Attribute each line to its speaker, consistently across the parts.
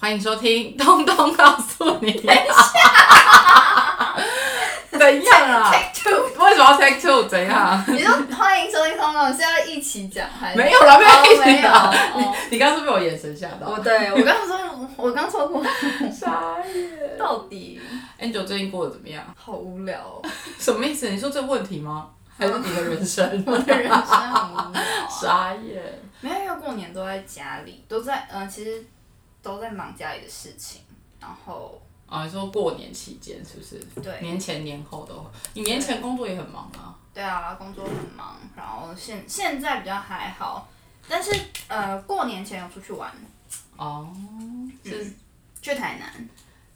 Speaker 1: 欢迎收听《东东告诉你》
Speaker 2: 哎
Speaker 1: 怎样啊？
Speaker 2: Take two，
Speaker 1: 为什么要 take two？怎 样？
Speaker 2: 你说欢迎收听通告是要一起讲还是？
Speaker 1: 没有啦，没有一
Speaker 2: 哦，没
Speaker 1: 起
Speaker 2: 有。
Speaker 1: 啊！
Speaker 2: 哦
Speaker 1: 你刚刚是被我眼神吓到
Speaker 2: 我。对我刚刚说，我刚说过，
Speaker 1: 傻眼。
Speaker 2: 到底
Speaker 1: Angel 最近过得怎么样？
Speaker 2: 好无聊、哦，
Speaker 1: 什么意思？你说这问题吗？还是你的人 生？
Speaker 2: 我的人生很无聊、啊。
Speaker 1: 傻眼。
Speaker 2: 没有，因为过年都在家里，都在嗯、呃其实都在忙家里的事情，然后
Speaker 1: 啊，你说过年期间是不是？
Speaker 2: 对
Speaker 1: 年前年后都会，你年前工作也很忙啊。
Speaker 2: 对啊，工作很忙，然后现现在比较还好，但是呃，过年前有出去玩，
Speaker 1: 哦，是
Speaker 2: 去台南，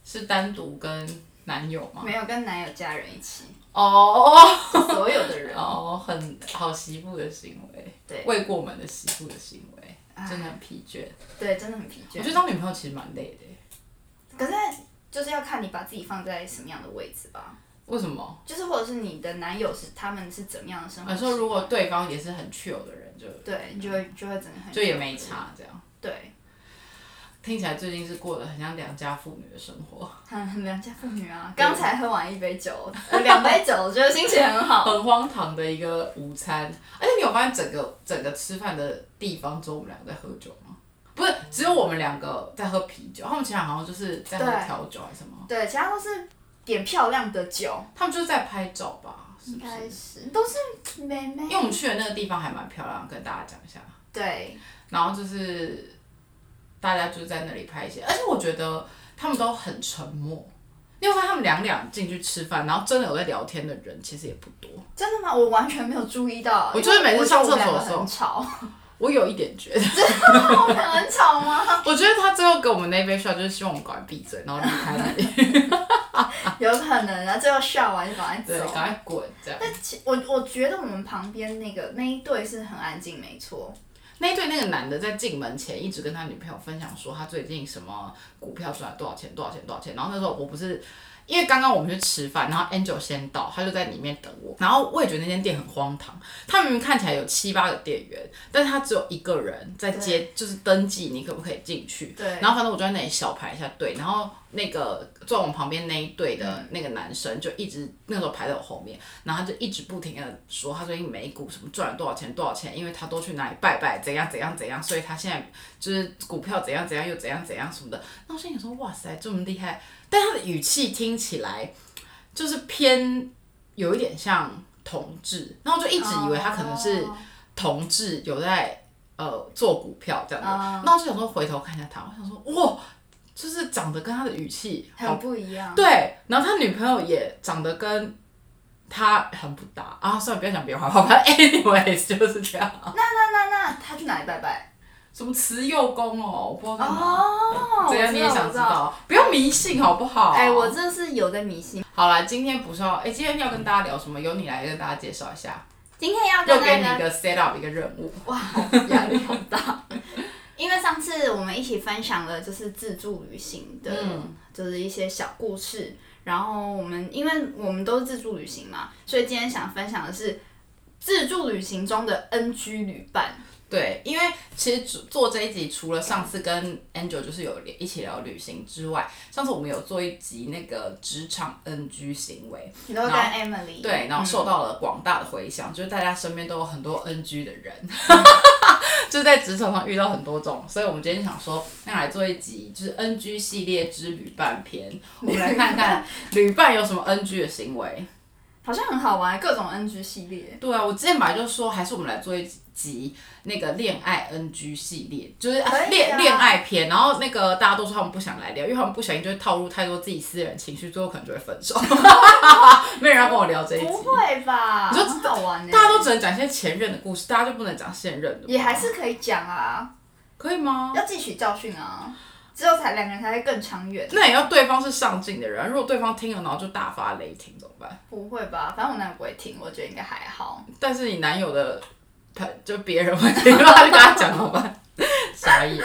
Speaker 1: 是单独跟男友吗？
Speaker 2: 没有跟男友家人一起，
Speaker 1: 哦
Speaker 2: 所有的人，
Speaker 1: 哦，很好媳妇的行为，
Speaker 2: 对
Speaker 1: 未过门的媳妇的行为，真的很疲倦。
Speaker 2: 对，真的很疲
Speaker 1: 我
Speaker 2: 倦
Speaker 1: 觉。得当女朋友其实蛮累的欸耶。
Speaker 2: 可是就是要看你把自己放在什么样的位置吧，
Speaker 1: 为什么？
Speaker 2: 就是或者是你的男友是他们是怎么样的生活
Speaker 1: 你
Speaker 2: 习
Speaker 1: 呃说
Speaker 2: 惯，
Speaker 1: 如果对方也是很 chill 的人，就
Speaker 2: 对，你就会就会真的很
Speaker 1: 就也没，差这样。
Speaker 2: 对，
Speaker 1: 听起来最近是过得很像良家妇女的生 活，
Speaker 2: 很良家妇女啊。刚才喝完一杯酒，呃两杯酒，我觉得心情 很好。
Speaker 1: 很荒唐的一个午餐。而且你有发现整个整个吃饭的地方只有我们两个在喝酒吗？不是，只有我们两个在喝啤酒，他们其他好像就是在喝
Speaker 2: 对
Speaker 1: 调酒还是什么，
Speaker 2: 对，其他都是点漂亮的酒，
Speaker 1: 他们就是在拍照吧，是
Speaker 2: 应
Speaker 1: 不
Speaker 2: 该
Speaker 1: 是？
Speaker 2: 是都是妹妹
Speaker 1: 因为。我们去的那个地方还蛮漂亮，跟大家讲一下。
Speaker 2: 对，
Speaker 1: 然后就是大家就在那里拍一些，而且我觉得他们都很沉默。因为他们两两进去吃饭，然后真的有在聊天的人其实也不多。
Speaker 2: 真的吗？我完全没有注意到。
Speaker 1: 我就是每次
Speaker 2: 因为
Speaker 1: 上厕所
Speaker 2: 我觉得我
Speaker 1: 的时候
Speaker 2: 们两个很吵，
Speaker 1: 我有一点觉得，
Speaker 2: 我们很吵 吗？
Speaker 1: 我觉得他最后给我们那杯 shot 就是希望我们赶快闭嘴，然后离开那里，
Speaker 2: 有可能啊，最后笑完就赶快
Speaker 1: 对，
Speaker 2: 走
Speaker 1: 赶。快滚这样。
Speaker 2: 但其我我觉得我们旁边那个那一对是很安静，没错。
Speaker 1: 那一对那个男的在进门前一直跟他女朋友分享说他最近什么股票赚了多少钱多少钱多少钱，然后那时候我不是。因为刚刚我们去吃饭，然后 Angel 先到，他就在里面等我。然后我也觉得那间店很荒唐，他明明看起来有七八个店员，但是他只有一个人在接，就是登记你可不可以进去。
Speaker 2: 对
Speaker 1: 然后反正我就在那里小排一下队，然后那个坐我们旁边那一队的那个男生就一直那时候排在我后面，然后他就一直不停的说他最近美股什么赚了多少钱多少钱，因为他都去哪里拜拜怎样怎样怎样，所以他现在就是股票怎样怎样又怎样怎样什么的。那我心里说哇塞这么厉害，但他的语气听起来就是偏有一点像同志，然后我就一直以为他可能是
Speaker 2: 哦
Speaker 1: 同志有在呃做股票这样子，
Speaker 2: 哦
Speaker 1: 那我就想说回头看一下他，我想说哇，就是长得跟他的语气
Speaker 2: 很不一样。
Speaker 1: 对，然后他女朋友也长得跟他很不搭啊，算了，不要讲别人坏话，反正 anyways 就是这样。
Speaker 2: 那那那他去哪里拜拜？
Speaker 1: 什么慈幼宫哦，我不知道在哪，
Speaker 2: 哦，
Speaker 1: 怎样、
Speaker 2: 我
Speaker 1: 你
Speaker 2: 知
Speaker 1: 也
Speaker 2: 道
Speaker 1: 想
Speaker 2: 我
Speaker 1: 知
Speaker 2: 知道。
Speaker 1: 道，哦不要迷信好不好？
Speaker 2: 哎、我这是有在迷信。
Speaker 1: 好啦，今天不是要，哎、今天要跟大家聊什么？由你来跟大家介绍一下，
Speaker 2: 今天要
Speaker 1: 又
Speaker 2: 跟
Speaker 1: 给
Speaker 2: 大
Speaker 1: 你一
Speaker 2: 家
Speaker 1: 个 set up 一个任务。
Speaker 2: 哇，压力好大。 因为上次我们一起分享了就是自助旅行的，
Speaker 1: 嗯
Speaker 2: 就是一些小故事。然后我们因为我们都是自助旅行嘛，所以今天想分享的是自助旅行中的 NG 旅伴。
Speaker 1: 对，因为其实做做这一集，除了上次跟 Angel 就是有一起聊旅行之外，上次我们有做一集那个职场 NG 行为，
Speaker 2: 你都跟
Speaker 1: 然
Speaker 2: Emily
Speaker 1: 对，然后受到了广大的回响，就是大家身边都有很多 NG 的人， 就是在职场上遇到很多种，所以我们今天想说，那来做一集就是 NG 系列之旅伴篇，我们来看看旅伴有什么 NG 的行为。
Speaker 2: 好像很好玩，各种 NG 系列。
Speaker 1: 对啊，我之前本来就说，还是我们来做一集那个恋爱 NG 系列，就是
Speaker 2: 可以啊
Speaker 1: 恋恋、爱篇。然后那个大家都说他们不想来聊，因为他们不小心就会套入太多自己私人情绪，最后可能就会分 手。 没人要跟我聊这一集，
Speaker 2: 不会吧？
Speaker 1: 你就
Speaker 2: 很好玩呢、欸
Speaker 1: 大家都只能讲一些前任的故事，大家就不能讲现任的，
Speaker 2: 也还是可以讲啊，
Speaker 1: 可以吗？
Speaker 2: 要汲取教训啊，之后才两个人才会更长远。
Speaker 1: 那也要对方是上进的人，如果对方听了然后就大发雷霆怎么办？
Speaker 2: 不会吧？反正我男友不会听，我觉得应该还好。
Speaker 1: 但是你男友的朋就别人会听，他就跟他讲好吧， 傻眼。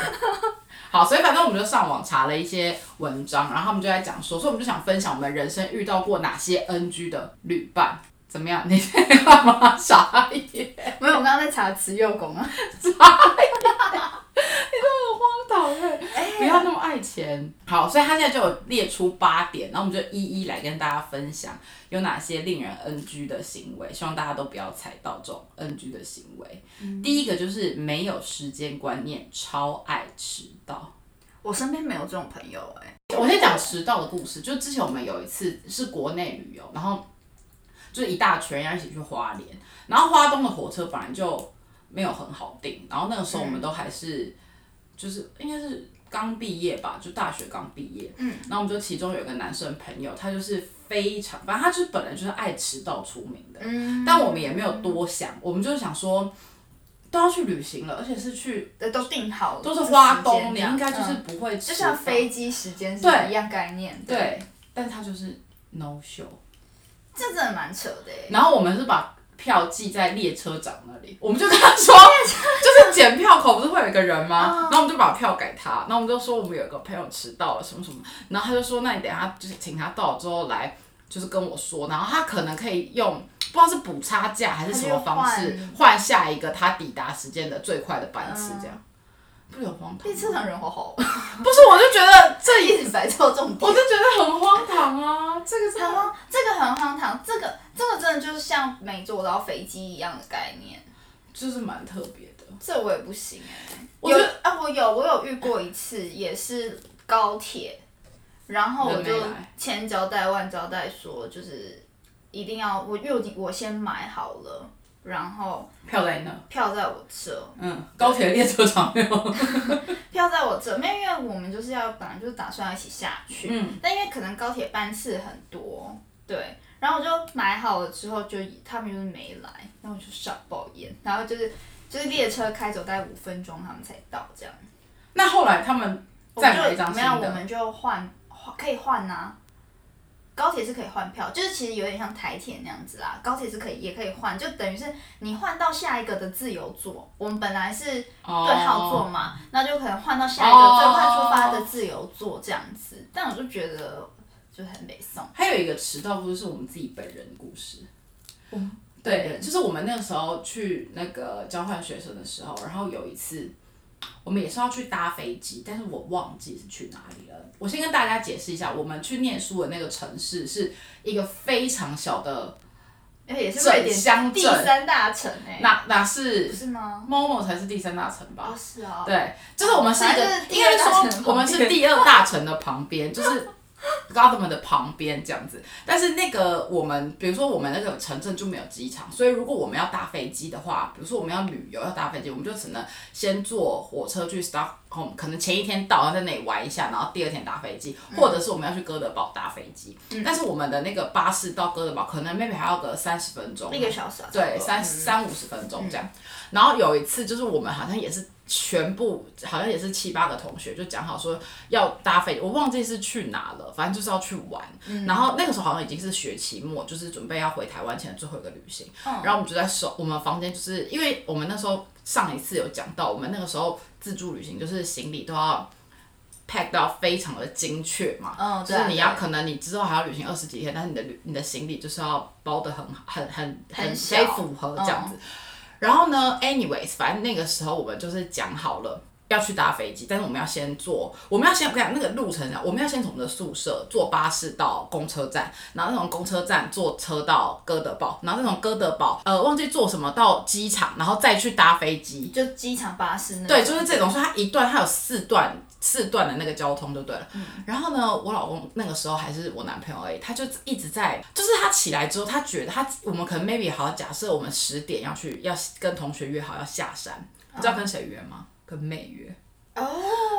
Speaker 1: 好，所以反正我们就上网查了一些文章，然后他们就在讲说，所以我们就想分享我们人生遇到过哪些 NG 的旅伴，怎么样？你在干嘛？傻眼，
Speaker 2: 没有，我刚刚在查慈幼宫啊。
Speaker 1: 荒唐哎！
Speaker 2: 哎、
Speaker 1: 不要那么爱钱。好，所以他现在就有列出八点，然后我们就一一来跟大家分享有哪些令人 NG 的行为，希望大家都不要踩到这种 NG 的行为。第一个就是没有时间观念，超爱迟到。
Speaker 2: 我身边没有这种朋友哎、
Speaker 1: 我先讲迟到的故事，就之前我们有一次是国内旅游，然后就是一大群人要一起去花莲，然后花东的火车本来就没有很好订，然后那个时候我
Speaker 2: 嗯
Speaker 1: 们都还是、就是应该是刚毕业吧，就大学刚毕业，嗯，然后我们就其中有一个男生朋友，他就是非常，反正他就是本来就是爱迟到出名的，嗯，但我们也没有多想，我们就是想说都要去旅行了，而且是去
Speaker 2: 欸，都定好了，
Speaker 1: 都是花
Speaker 2: 这时间
Speaker 1: 东，你
Speaker 2: 这样
Speaker 1: 应该就是
Speaker 2: 嗯
Speaker 1: 不会迟
Speaker 2: 就像
Speaker 1: 到
Speaker 2: 飞机时间是
Speaker 1: 对
Speaker 2: 一样概念，，
Speaker 1: 对，但他就是 no show。
Speaker 2: 这真的蛮扯的哎、
Speaker 1: 然后我们是把票寄在列车长那里，我们就跟他说，就是检票口不是会有一个人吗？然后我们就把票给他，然后我们就说我们有一个朋友迟到了什么什么，然后他就说那你等一下就是请他到了之后来就是跟我说，然后他可能可以用。不知道是补差价还是什么方式换下一个他抵达时间的最快的班次，这样、不是很荒唐
Speaker 2: 列？车长人好好，
Speaker 1: 不是，我就觉得这一，
Speaker 2: 一直摆错重
Speaker 1: 我
Speaker 2: 点
Speaker 1: 就。觉得很荒唐啊！这个是
Speaker 2: 然后这个很荒唐，这个这个真的就是像没坐到飞机一样的概念，
Speaker 1: 就是蛮特别的。
Speaker 2: 这我也不行哎、
Speaker 1: 我
Speaker 2: 有
Speaker 1: 觉
Speaker 2: 啊，我有我有遇过一次，也是高铁，然后我
Speaker 1: 人没
Speaker 2: 就
Speaker 1: 来
Speaker 2: 千交代万交代说，就是一定要我因为我已经我先买好了，然后
Speaker 1: 票在那，
Speaker 2: 票在我这，
Speaker 1: 嗯，高铁列车长没有。
Speaker 2: 票在我这，没有，因为我们就是要本来就是打算要一起下去，
Speaker 1: 嗯
Speaker 2: 但因为可能高铁班次很多，对，然后我就买好了之后就他们就是没来，然后我就傻爆眼，然后就是就是列车开走大概五分钟他们才到这样，
Speaker 1: 那后来他们
Speaker 2: 我
Speaker 1: 再
Speaker 2: 们
Speaker 1: 买一张
Speaker 2: 就没
Speaker 1: 新
Speaker 2: 有，我
Speaker 1: 的，
Speaker 2: 们就换换可以换啊。高铁是可以换票，就是其实有点像台铁那样子啦。高铁是可以，也可以换，就等于是你换到下一个的自由座。我们本来是对号座
Speaker 1: 哦，
Speaker 2: 嘛，那就可能换到下一个最快出发的自由座这样子。但我就觉得就很悲伤。
Speaker 1: 还有一个迟到故事是我们自己本人的故事。
Speaker 2: 嗯
Speaker 1: 对，就是我们那个时候去那个交换学生的时候，然后有一次。我们也是要去搭飞机，但是我忘记是去哪里了。我先跟大家解释一下，我们去念书的那个城市是一个非常小的，
Speaker 2: 而且也是瑞
Speaker 1: 整
Speaker 2: 典
Speaker 1: 乡
Speaker 2: 第
Speaker 1: 镇
Speaker 2: 三大城哎、
Speaker 1: 哪哪是
Speaker 2: 不是吗？
Speaker 1: 某某才是第三大城吧？
Speaker 2: 哦，是哦。
Speaker 1: 对，就是我们是一个
Speaker 2: 反正，就是
Speaker 1: 应
Speaker 2: 第二
Speaker 1: 该
Speaker 2: 大城的旁
Speaker 1: 说我
Speaker 2: 边
Speaker 1: 们是第二大城的旁边， 就是 government 的旁边这样子。但是那个我们，比如说我们那个城镇就没有机场，所以如果我们要搭飞机的话，比如说我们要旅游要搭飞机，我们就只能先坐火车去 Stockholm，可能前一天到，然后在那里玩一下，然后第二天搭飞机，
Speaker 2: 嗯
Speaker 1: 或者是我们要去哥德堡搭飞机。但是我们的那个巴士到哥德堡可能 maybe 还要个三十分钟，
Speaker 2: 一个小时啊，差不
Speaker 1: 对，
Speaker 2: 多嗯
Speaker 1: 三三五十分钟这样。然后有一次就是我们好像也是全部，好像也是七八个同学就讲好说要搭飞，我忘记是去哪了，反正就是要去玩。
Speaker 2: 嗯
Speaker 1: 然后那个时候好像已经是学期末，就是准备要回台湾前的最后一个旅行。
Speaker 2: 嗯
Speaker 1: 然后我们就在手，我们房间就是因为我们那时候上一次有讲到，我们那个时候自助旅行就是行李都要 pack 到非常的精确嘛，
Speaker 2: 嗯
Speaker 1: 就是
Speaker 2: 对啊
Speaker 1: 你要
Speaker 2: 对
Speaker 1: 可能你之后还要旅行二十几天，但是你的旅你的行李就是要包的很很很
Speaker 2: 很小嗯
Speaker 1: 可以符合这样子。然后呢，anyways，反正那个时候我们就是讲好了。要去搭飞机，但是我们要先坐，我们要先我跟你讲那个路程啊，我们要先从我们的宿舍坐巴士到公车站，然后那从公车站坐车到哥德堡，然后再从哥德堡呃忘记坐什么到机场，然后再去搭飞机，
Speaker 2: 就机场巴士那
Speaker 1: 对，就是这种，所以它一段它有四段四段的那个交通就对了。然后呢，我老公那个时候还是我男朋友而已，他就一直在，就是他起来之后，他觉得他我们可能 maybe 好，假设我们十点要去要跟同学约好要下山，你知道跟谁约吗？跟妹约。
Speaker 2: 哦。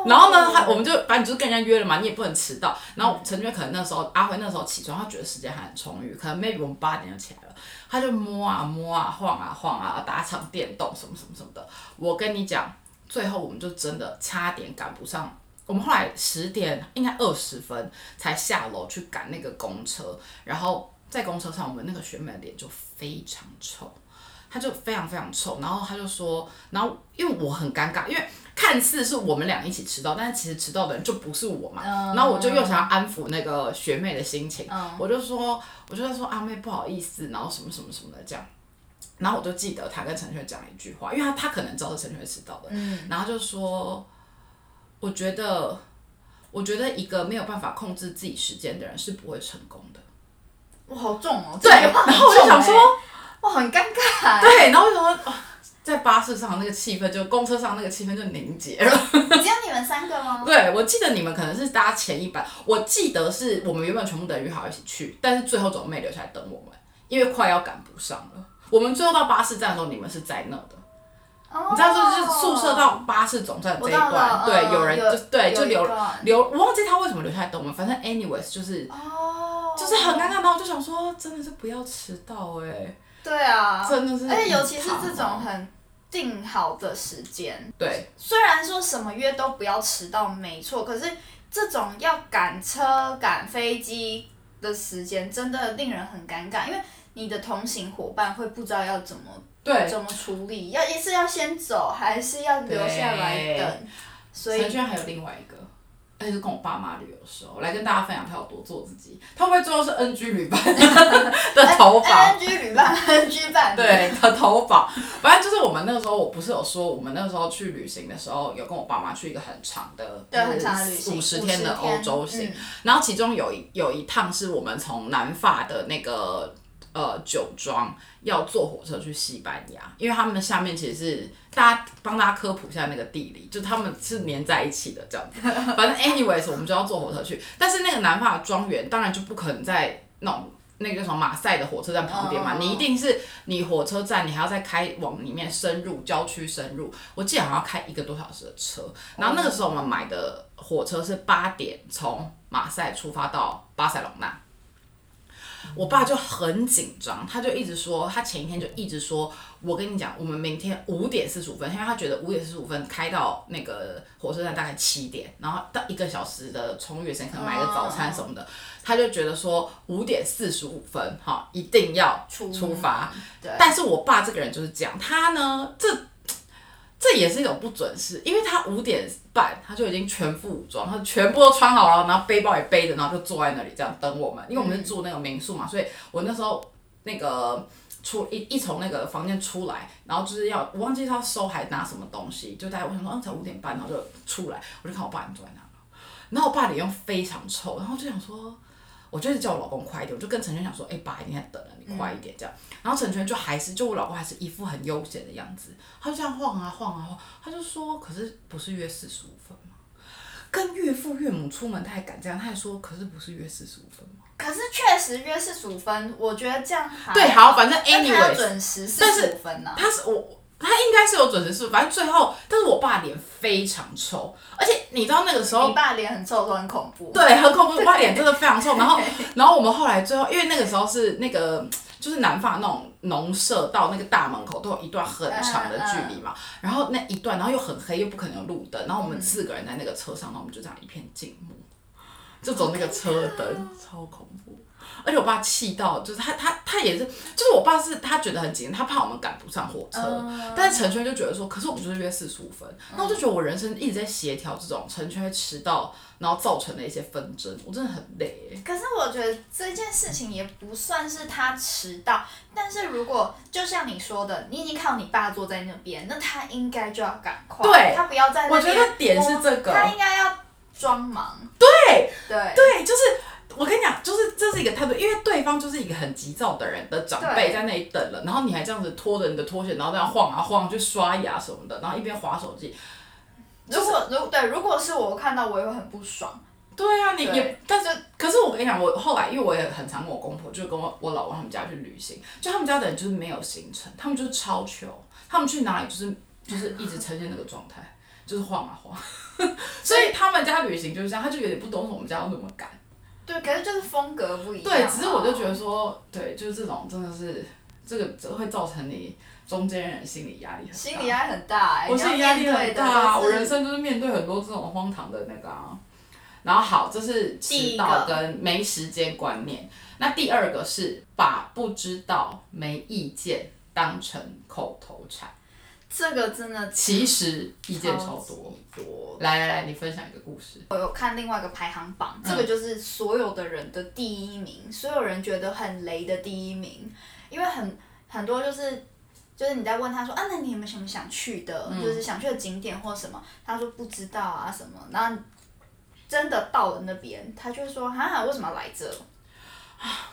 Speaker 1: 然后呢，他我们就反正就是跟人家约了嘛，你也不能迟到。然后陈娟可能那时候阿辉那时候起床，他觉得时间还很充裕，可能 maybe 我们八点就起来了，他就摸啊摸啊晃啊晃啊，打场电动什么什么什么的。我跟你讲，最后我们就真的差点赶不上。我们后来十点应该二十分才下楼去赶那个公车，然后在公车上，我们那个学妹的脸就非常臭。他就非常非常臭，然后他就说，然后因为我很尴尬，因为看似是我们俩一起迟到，但是其实迟到的人就不是我嘛，
Speaker 2: 嗯
Speaker 1: 然后我就又想要安抚那个学妹的心情，
Speaker 2: 嗯
Speaker 1: 我就说，我就在说阿妹不好意思，然后什么什么什么的这样，然后我就记得他跟陈轩讲了一句话，因为他他可能知道是陈轩迟到的，
Speaker 2: 嗯
Speaker 1: 然后他就说，我觉得我觉得一个没有办法控制自己时间的人是不会成功的。
Speaker 2: 哇，好重哦！
Speaker 1: 对，
Speaker 2: 这句话
Speaker 1: 然
Speaker 2: 很
Speaker 1: 后我就
Speaker 2: 重
Speaker 1: 想
Speaker 2: 欸
Speaker 1: 说，，
Speaker 2: 哇，很尴 尬欸。
Speaker 1: 对，然后我就想说，啊在巴士上那个气氛就，公车上那个气氛就凝结了。
Speaker 2: 只有你们三个吗？
Speaker 1: 对，我记得你们可能是搭前一班，我记得是我们原本全部等约好一起去，但是最后总妹留下来等我们，因为快要赶不上了。我们最后到巴士站的时候，你们是在那的，
Speaker 2: 哦
Speaker 1: 你知道，就是宿舍到巴士总站这
Speaker 2: 我
Speaker 1: 一
Speaker 2: 到
Speaker 1: 段，
Speaker 2: 了，
Speaker 1: 对，
Speaker 2: 嗯
Speaker 1: 有人就对就
Speaker 2: 有一
Speaker 1: 留
Speaker 2: 段
Speaker 1: 留，我忘记他为什么留下来等我们，反正 anyways 就是
Speaker 2: 哦，
Speaker 1: 就是很尴尬，然后我就想说，真的是不要迟到哎、
Speaker 2: 对啊，
Speaker 1: 真的是
Speaker 2: 而且尤其是
Speaker 1: 很长
Speaker 2: 这种很定好的时间，
Speaker 1: 对
Speaker 2: 虽然说什么约都不要迟到，没错，可是这种要赶车、赶飞机的时间，真的令人很尴尬，因为你的同行伙伴会不知道要怎么
Speaker 1: 对，
Speaker 2: 怎么处理，要一是要先走，还是要留下来等，所
Speaker 1: 陈
Speaker 2: 以
Speaker 1: 轩还有另外一个，而且是跟我爸妈旅游的时候，来跟大家分享他有多做自己。他会不会最后是 NG 旅伴 的头发？
Speaker 2: NG 旅伴 NG 伴侣，
Speaker 1: 对的头发，反正就是我们那个时候，我不是有说，我们那个时候去旅行的时候，有跟我爸妈去一个很长的，
Speaker 2: 对，很长的旅行，
Speaker 1: 五十
Speaker 2: 50
Speaker 1: 天的欧洲行。
Speaker 2: 嗯
Speaker 1: 然后其中有一有一趟是我们从南法的那个呃酒庄要坐火车去西班牙，因为他们下面其实是大家帮大家科普一下那个地理，就他们是粘在一起的这样子。反正 anyways 我们就要坐火车去，但是那个南法的庄园当然就不可能在那种。那个叫什么马赛的火车站旁边嘛
Speaker 2: 哦
Speaker 1: 你一定是你火车站，你还要再开往里面深入郊区深入，我记得好像要开一个多小时的车，然后那个时候我们买的火车是八点从马赛出发到巴塞隆纳。我爸就很紧张，他就一直说，他前一天就一直说，我跟你讲，我们明天五点四十五分，因为他觉得五点四十五分开到那个火车站大概七点，然后到一个小时的充裕的时间，可能买个早餐什么的，他就觉得说五点四十五分哈，一定要
Speaker 2: 出
Speaker 1: 出发。
Speaker 2: 对，
Speaker 1: 但是我爸这个人就是这样，他呢，这这也是一种不准时，因为他五点半他就已经全副武装，他全部都穿好了，然后背包也背着，然后就坐在那里这样等我们，因为我们是住那个民宿嘛，所以我那时候那个。出一一从那个房间出来，然后就是要我忘记他收还拿什么东西，就大概我想说，嗯，才五点半，然后就出来，我就看我爸已经坐在那了，然后我爸脸又非常臭，然后就想说，我就是叫我老公快一点，我就跟陈轩讲说，哎、爸一定在等了，你快一
Speaker 2: 嗯
Speaker 1: 点这样。然后陈轩就还是，就我老公还是一副很悠闲的样子，他就这样晃啊晃啊晃，他就说，可是不是约四十五分吗？跟岳父岳母出门他还敢这样，他还说，可是不是约四十五分吗？
Speaker 2: 可是确实约四十五分，我觉得这样还
Speaker 1: 对，好，反正
Speaker 2: 但啊他要
Speaker 1: anyway，
Speaker 2: 准时四
Speaker 1: 但
Speaker 2: 十
Speaker 1: 是
Speaker 2: 五分啊呢、
Speaker 1: 他是我。他应该是有准时是，反正最后，但是我爸脸非常臭，而且你知道那个时候
Speaker 2: 你爸脸很臭都很恐怖。
Speaker 1: 对，很恐怖，我爸脸真的非常臭。然后，然后我们后来最后，因为那个时候是那个就是南法那种农舍到那个大门口都有一段很长的距离嘛，然后那一段，然后又很黑，又不可能有路灯，然后我们四个人在那个车上，然后我们就这样一片静默，就走那个车灯，超恐怖。而且我爸气到，就是他他他也是，就是我爸是他觉得很紧，他怕我们赶不上火车，但是陈轩就觉得说，可是我们就是约四十五分，那我就觉得我人生一直在协调这种陈轩会迟到，然后造成的一些纷争，我真的很累耶。
Speaker 2: 可是我觉得这件事情也不算是他迟到，但是如果就像你说的，你已经看到你爸坐在那边，那他应该就要赶快，
Speaker 1: 对
Speaker 2: 他不要在那
Speaker 1: 我
Speaker 2: 边。
Speaker 1: 觉得点是这个
Speaker 2: 我他应该要装忙。
Speaker 1: 对
Speaker 2: 对
Speaker 1: 对，就是我跟你讲，就是这是一个态度，因为对方就是一个很急躁的人的长辈
Speaker 2: 对
Speaker 1: 在那里等了，然后你还这样子拖着你的拖鞋，然后这样晃啊晃去刷牙什么的，然后一边划手机。
Speaker 2: 如果如对，如果是我我看到我也会很不爽。
Speaker 1: 对啊，你
Speaker 2: 对
Speaker 1: 也，但是可是我跟你讲，我后来因为我也很常跟我公婆，就跟我我老公他们家去旅行，就他们家的人就是没有行程，他们就是超穷，他们去哪里就是就是一直呈现那个状态，就是晃啊晃， 所以他们家旅行就是这样，他就有点不懂为什么我们家要那么赶。
Speaker 2: 对，可是就是风格不一样啊。
Speaker 1: 对，只是我就觉得说，对，就是这种真的是这个这会造成你中间人心理压力很大，
Speaker 2: 心理压力很大、欸，
Speaker 1: 我心理压力很大啊，我人
Speaker 2: 你要面对的就是
Speaker 1: 生就是面对很多这种荒唐的那个啊。然后好，这是迟到
Speaker 2: 第
Speaker 1: 跟没时间观念。那第二个是把不知道、没意见当成口头禅，
Speaker 2: 这个真的
Speaker 1: 其实意见超多。
Speaker 2: 多。
Speaker 1: 来来来，你分享一个故事。
Speaker 2: 我有看另外一个排行榜，这个就是所有的人的第一名，所有人觉得很雷的第一名，因为很很多就是就是你在问他说啊，那你有没有什么想去的，就是想去的景点或什么，他说不知道啊什么，然后真的到了那边，他就会说哈，为什么要来这？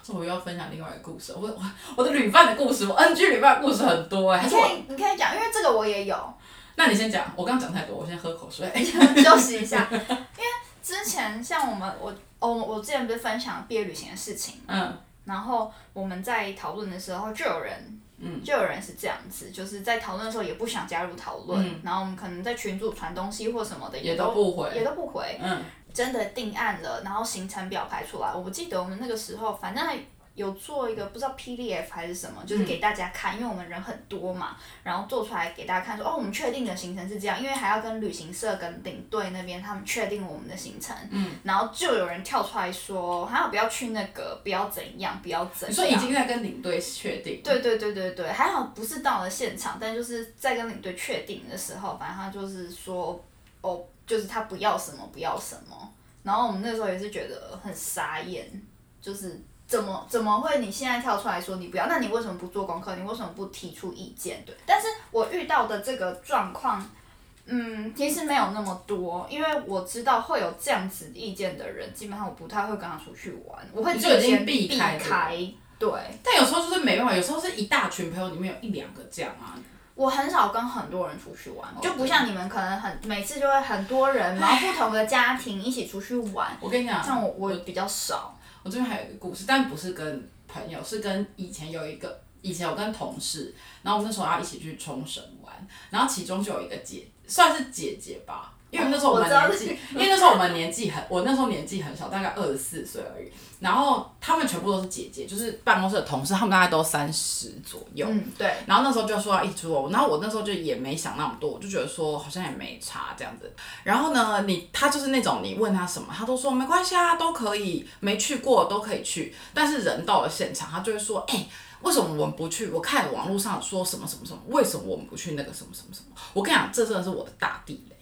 Speaker 1: 这我又要分享另外一个故事，我我我的旅伴的故事，我 NG 旅伴的故事很多哎、还
Speaker 2: 你
Speaker 1: 是
Speaker 2: 可
Speaker 1: 我？
Speaker 2: 以你可以讲，因为这个我也有，
Speaker 1: 那你先讲，我刚刚讲太多，我先喝口水。
Speaker 2: 哎休息一下。因为之前像我们我哦，我之前不是分享毕业旅行的事情，
Speaker 1: 嗯
Speaker 2: 然后我们在讨论的时候，就有人，就有人是这样子，就是在讨论的时候也不想加入讨论，然后我们可能在群组传东西或什么的
Speaker 1: 也
Speaker 2: 都
Speaker 1: 都不回
Speaker 2: 也都不回，
Speaker 1: 嗯，
Speaker 2: 真的定案了，然后行程表排出来，我不记得我们那个时候，反正还有做一个不知道 PDF 还是什么，
Speaker 1: 嗯
Speaker 2: 就是给大家看，因为我们人很多嘛，然后做出来给大家看说，哦，我们确定的行程是这样，因为还要跟旅行社跟领队那边他们确定我们的行程，嗯，然后就有人跳出来说，还有不要去那个，不要怎样，不要怎样，
Speaker 1: 你说已经在跟领队确定，
Speaker 2: 对对对对对，还好不是到了现场，但就是在跟领队确定的时候，反正他就是说，哦，就是他不要什么不要什么，然后我们那时候也是觉得很傻眼，就是怎么怎么会你现在跳出来说你不要，那你为什么不做功课？你为什么不提出意见？对，但是我遇到的这个状况。嗯，其实没有那么多，因为我知道会有这样子意见的人，基本上我不太会跟他出去玩，我会
Speaker 1: 你就已
Speaker 2: 提
Speaker 1: 经
Speaker 2: 前
Speaker 1: 避开了
Speaker 2: 开对，
Speaker 1: 但有时候就是没办法，有时候是一大群朋友里面有一两个这样啊，
Speaker 2: 我很少跟很多人出去玩，就不
Speaker 1: 哦对
Speaker 2: 像你们可能很每次就会很多 人，然后不同的家庭一起出去玩。
Speaker 1: 我跟你讲，
Speaker 2: 像我，我比较少。
Speaker 1: 我这边还有一个故事，但不是跟朋友，是跟以前有一个，以前有跟同事，然后我们那时候要一起去冲绳玩，然后其中就有一个姐，算是姐姐吧，因为那时候我们
Speaker 2: 哦我
Speaker 1: 年
Speaker 2: 知道
Speaker 1: 纪，因为那时候我们年纪很，我那时候年纪很小，大概二十四岁而已，然后他们全部都是姐姐，就是办公室的同事，他们大概都三十左右，
Speaker 2: 嗯，对，
Speaker 1: 然后那时候就说要一出哦，然后我那时候就也没想那么多，我就觉得说好像也没差这样子。然后呢，你他就是那种你问他什么，他都说没关系啊，都可以，没去过都可以去。但是人到了现场，他就会说，哎、为什么我们不去？我看网络上说什么什么什么，为什么我们不去那个什么什么什么？我跟你讲，这真的是我的大地雷。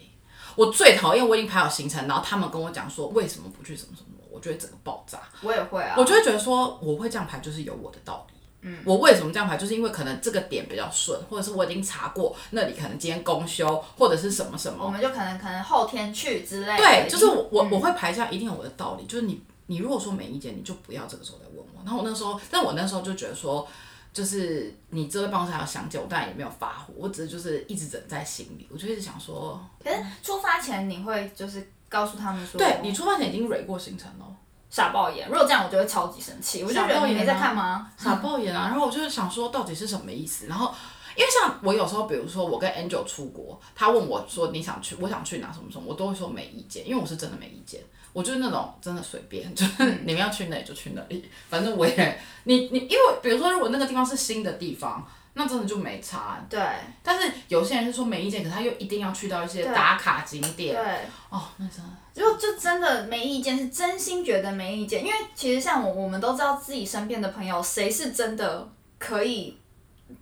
Speaker 1: 我最讨厌我已经排好行程，然后他们跟我讲说为什么不去什么什么，我觉得整个爆炸。
Speaker 2: 我也会啊。
Speaker 1: 我就会觉得说，我会这样排就是有我的道理。嗯，我为什么这样排，就是因为可能这个点比较顺，或者是我已经查过那里可能今天公休或者是什么什
Speaker 2: 我
Speaker 1: 么。
Speaker 2: 们就可能可能后天去之类的。
Speaker 1: 对，就是我我
Speaker 2: 嗯
Speaker 1: 我会排下一定有我的道理，就是你你如果说没意见，你就不要这个时候来问我。然后我那时候，但我那时候就觉得说。就是你这位办公室还有详解，我当然也没有发火，我只是就是一直忍在心里，我就一直想说，
Speaker 2: 可是出发前你会就是告诉他们说，
Speaker 1: 对你出发前已经蕊过行程了，
Speaker 2: 傻爆眼。如果这样，我就会超级生气。我就
Speaker 1: 傻
Speaker 2: 觉
Speaker 1: 爆
Speaker 2: 得
Speaker 1: 眼
Speaker 2: 你
Speaker 1: 啊
Speaker 2: 没在看吗？
Speaker 1: 傻爆眼啊！然后我就是想说，到底是什么意思？然后，因为像我有时候，比如说我跟 Angel 出国，他问我说你想去，我想去哪什么什么，我都会说没意见，因为我是真的没意见。我就是那种真的随便，就是
Speaker 2: 嗯
Speaker 1: 你们要去哪里就去哪里，反正我也你你，因为比如说如果那个地方是新的地方，那真的就没差。
Speaker 2: 对
Speaker 1: 但是有些人是说没意见，可是他又一定要去到一些
Speaker 2: 对
Speaker 1: 打卡景
Speaker 2: 对
Speaker 1: 点。。哦，那真的
Speaker 2: 如果就真的没意见，是真心觉得没意见，因为其实像我，我们都知道自己身边的朋友，谁是真的可以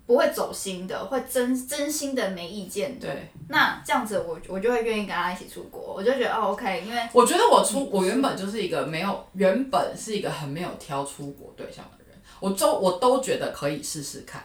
Speaker 2: 不会走心的，会真真心的没意见的。
Speaker 1: 对。
Speaker 2: 那这样子我，我就会愿意跟他一起出国，我就觉得哦，OK，因为
Speaker 1: 我觉得我出我原本就是一个没有原本是一个很没有挑出国对象的人，我都我都觉得可以试试看，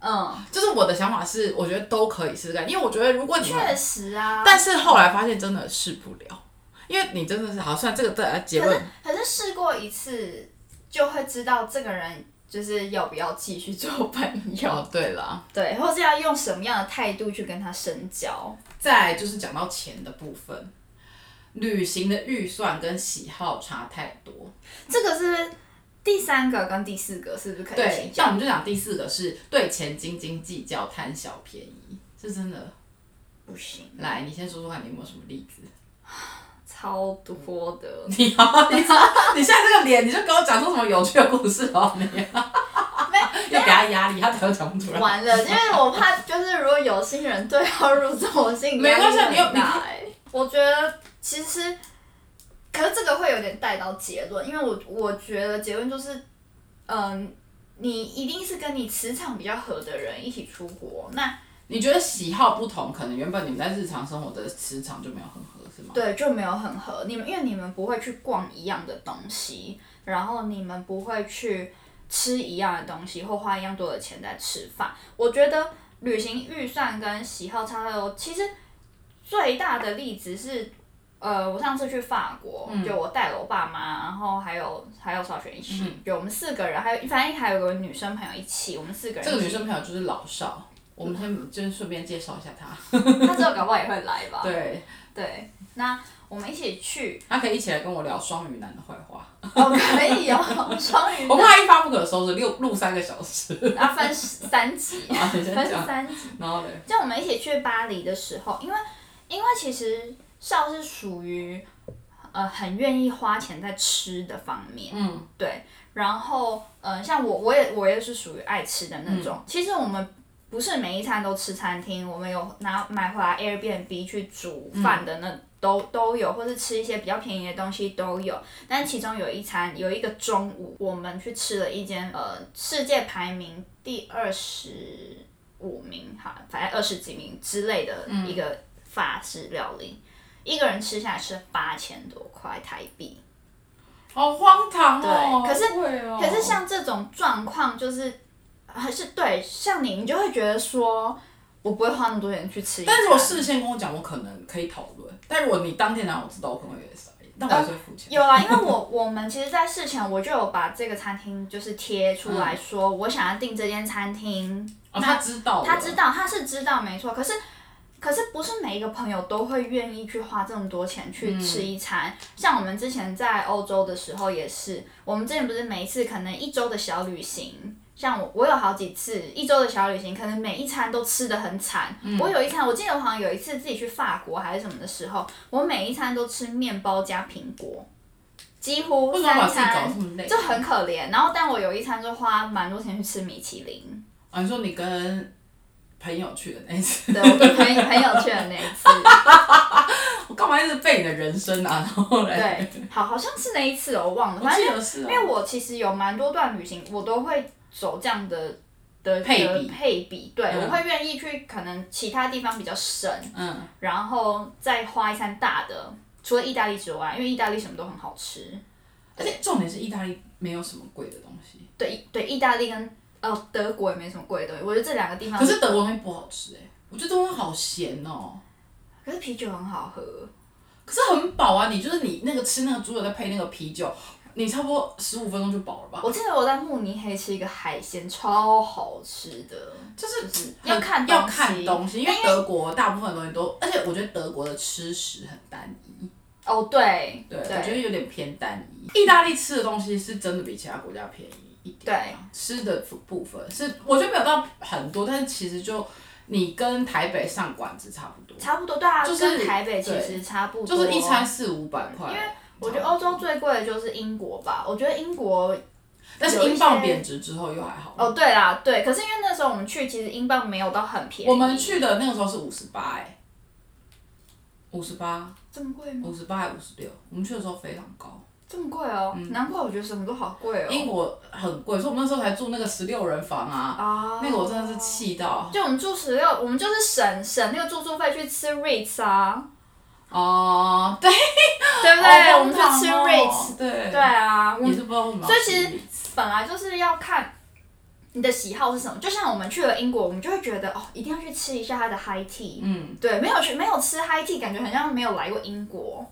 Speaker 2: 嗯，
Speaker 1: 就是我的想法是，我觉得都可以试试看，因为我觉得如果你们，
Speaker 2: 确实啊，
Speaker 1: 但是后来发现真的试不了，因为你真的是好，算这个再来结论，
Speaker 2: 可是试过一次就会知道这个人就是要不要继续做朋友，
Speaker 1: 哦对了，
Speaker 2: 对，或是要用什么样的态度去跟他深交，
Speaker 1: 再来就是讲到钱的部分，旅行的预算跟喜好差太多，
Speaker 2: 这个是不是第三个跟第四个是不是可以一起
Speaker 1: 对，
Speaker 2: 讲
Speaker 1: 那我们就讲第四个是对钱斤斤计较，贪小便宜，是真的。
Speaker 2: 不行，
Speaker 1: 来，你先说说看，你有没有什么例子？
Speaker 2: 超多的。
Speaker 1: 你好，你 你现在这个脸，你就跟我讲出什么有趣的故事哦，你要给他压力，他才会讲不出来。
Speaker 2: 完了，因为我怕就是如果有心人对号入座，我心 里
Speaker 1: 没关系
Speaker 2: 压力
Speaker 1: 你有
Speaker 2: 很大欸我觉得其实，可是这个会有点带到结论，因为我我觉得结论就是，嗯，你一定是跟你磁场比较合的人一起出国，那
Speaker 1: 你觉得喜好不同，可能原本你们在日常生活的磁场就没有很合，是吗？
Speaker 2: 对，就没有很合。你们因为你们不会去逛一样的东西，然后你们不会去吃一样的东西，或花一样多的钱在吃饭。我觉得旅行预算跟喜好差太多。其实最大的例子是呃，我上次去法国，
Speaker 1: 嗯
Speaker 2: 就我带了我爸妈，然后还有还有小雪一起，
Speaker 1: 嗯
Speaker 2: 就我们四个人，还有反正还有个女生朋友一起，我们四个人一
Speaker 1: 这
Speaker 2: 起。
Speaker 1: 个女生朋友就是老少，我们先就是顺便介绍一下她。
Speaker 2: 她之后搞不好也会来吧？
Speaker 1: 对，
Speaker 2: 对，那我们一起去，
Speaker 1: 她可以一起来跟我聊双鱼男的坏话。
Speaker 2: 哦，可以哦，双鱼
Speaker 1: 我怕一发不可收拾，六录三个小时。
Speaker 2: 要分三集，
Speaker 1: 啊你先
Speaker 2: 分
Speaker 1: 讲
Speaker 2: 三集。
Speaker 1: 然后嘞，
Speaker 2: 就我们一起去巴黎的时候，因为因为其实少是属于呃很愿意花钱在吃的方面，
Speaker 1: 嗯，
Speaker 2: 对。然后呃，像我我也我也是属于爱吃的那种。其实我们不是每一餐都吃餐厅，我们有拿买回来 Airbnb 去煮饭的那。都都有，或是吃一些比较便宜的东西都有。但其中有一餐，有一个中午，我们去吃了一间呃世界排名第二十五名哈，反正二十几名之类的一个法式料理，一个人吃下来吃八千多块台币。
Speaker 1: 好荒唐哦。
Speaker 2: 对可是
Speaker 1: 好贵哦
Speaker 2: 可是像这种状况，就是还是对像你，你就会觉得说，我不会花那么多钱去吃一餐。
Speaker 1: 但如果事先跟我讲，我可能可以讨论；但如果你当天拿我知道，我可能会有点傻眼，但我还是会付钱。
Speaker 2: 有啊，因为我我们其实，在事前我就有把这个餐厅就是贴出
Speaker 1: 嗯
Speaker 2: 来说，我想要订这间餐厅，
Speaker 1: 哦，他知道了，
Speaker 2: 他知道，他是知道没错，可是可是不是每一个朋友都会愿意去花这么多钱去
Speaker 1: 嗯
Speaker 2: 吃一餐。像我们之前在欧洲的时候也是，我们之前不是每一次可能一周的小旅行。像我，我有好几次一周的小旅行，可能每一餐都吃的很惨。
Speaker 1: 嗯
Speaker 2: 我有一餐，我记得我好像有一次自己去法国还是什么的时候，我每一餐都吃面包加苹果，几乎
Speaker 1: 为什么把
Speaker 2: 三
Speaker 1: 自己搞得
Speaker 2: 餐
Speaker 1: 这么累？
Speaker 2: 就很可怜。然后，但我有一餐就花蛮多钱去吃米其林。
Speaker 1: 啊，你说你跟朋友去的那一次，
Speaker 2: 对，我跟朋友朋友去的那一次，
Speaker 1: 我干嘛一直背你的人生啊？然 后嘞，
Speaker 2: 对，好，好像是那一次哦我忘了，
Speaker 1: 我
Speaker 2: 反正
Speaker 1: 记得是
Speaker 2: 因
Speaker 1: 啊
Speaker 2: 为我其实有蛮多段旅行，我都会走这样的的
Speaker 1: 配
Speaker 2: 的
Speaker 1: 比
Speaker 2: 配比，对、
Speaker 1: 嗯
Speaker 2: 我会愿意去可能其他地方比较省，
Speaker 1: 嗯，
Speaker 2: 然后再花一餐大的，除了意大利之外，因为意大利什么都很好吃，
Speaker 1: 而且重点是意大利没有什么贵的东西，
Speaker 2: 对意对，意大利跟哦德国也没什么贵的东西，我觉得这两个地方，
Speaker 1: 可是德国东西不好吃哎、我觉得东西好咸哦、
Speaker 2: 可是啤酒很好喝，
Speaker 1: 可是很饱啊！你就是你那个吃那个猪肉再配那个啤酒，你差不多十五分钟就饱了吧？
Speaker 2: 我记得我在慕尼黑吃一个海鲜超好吃的。
Speaker 1: 就是
Speaker 2: 要看
Speaker 1: 要
Speaker 2: 东西
Speaker 1: 看东西，因为德国大部分东西都，而且我觉得德国的吃食很单一，
Speaker 2: 哦，对，
Speaker 1: 对，我觉得有点偏单一。意大利吃的东西是真的比其他国家便宜一点啊，吃的部分是我觉得没有到很多，但是其实就你跟台北上馆子差不多，
Speaker 2: 差不多，对啊，
Speaker 1: 就是
Speaker 2: 跟台北其实差不多。
Speaker 1: 就是一餐，四五百块，因为
Speaker 2: 我觉得欧洲最贵的就是英国吧。我觉得英国，
Speaker 1: 但是
Speaker 2: 有一
Speaker 1: 英镑
Speaker 2: 些
Speaker 1: 贬值之后又还好。
Speaker 2: 哦，对啦，对，可是因为那时候我们去，其实英镑没有到很便宜。
Speaker 1: 我们去的那个时候是五十八哎，五十八，
Speaker 2: 这么贵吗？
Speaker 1: 五十八还五十六，我们去的时候非常高。
Speaker 2: 这么贵哦，
Speaker 1: 嗯
Speaker 2: 难怪我觉得什么都好贵哦。
Speaker 1: 英国很贵，所以我们那时候才住那个十六人房啊，
Speaker 2: 啊，
Speaker 1: 那个我真的是。哦气到
Speaker 2: 就我们住十六，我们就是省省那个住宿费去吃 Ritz 啊，
Speaker 1: 哦，对，
Speaker 2: 对不对？我们去吃 Ritz，
Speaker 1: Ritz，对
Speaker 2: 对，啊，我
Speaker 1: 也
Speaker 2: 们
Speaker 1: 是不知道为什么要
Speaker 2: 所以
Speaker 1: 吃
Speaker 2: 其实
Speaker 1: Ritz
Speaker 2: 本来就是要看你的喜好是什么。就像我们去了英国，我们就会觉得哦，一定要去吃一下它的 high tea，
Speaker 1: 嗯，
Speaker 2: 对，没有去没有吃 high tea，感觉很像没有来过英国。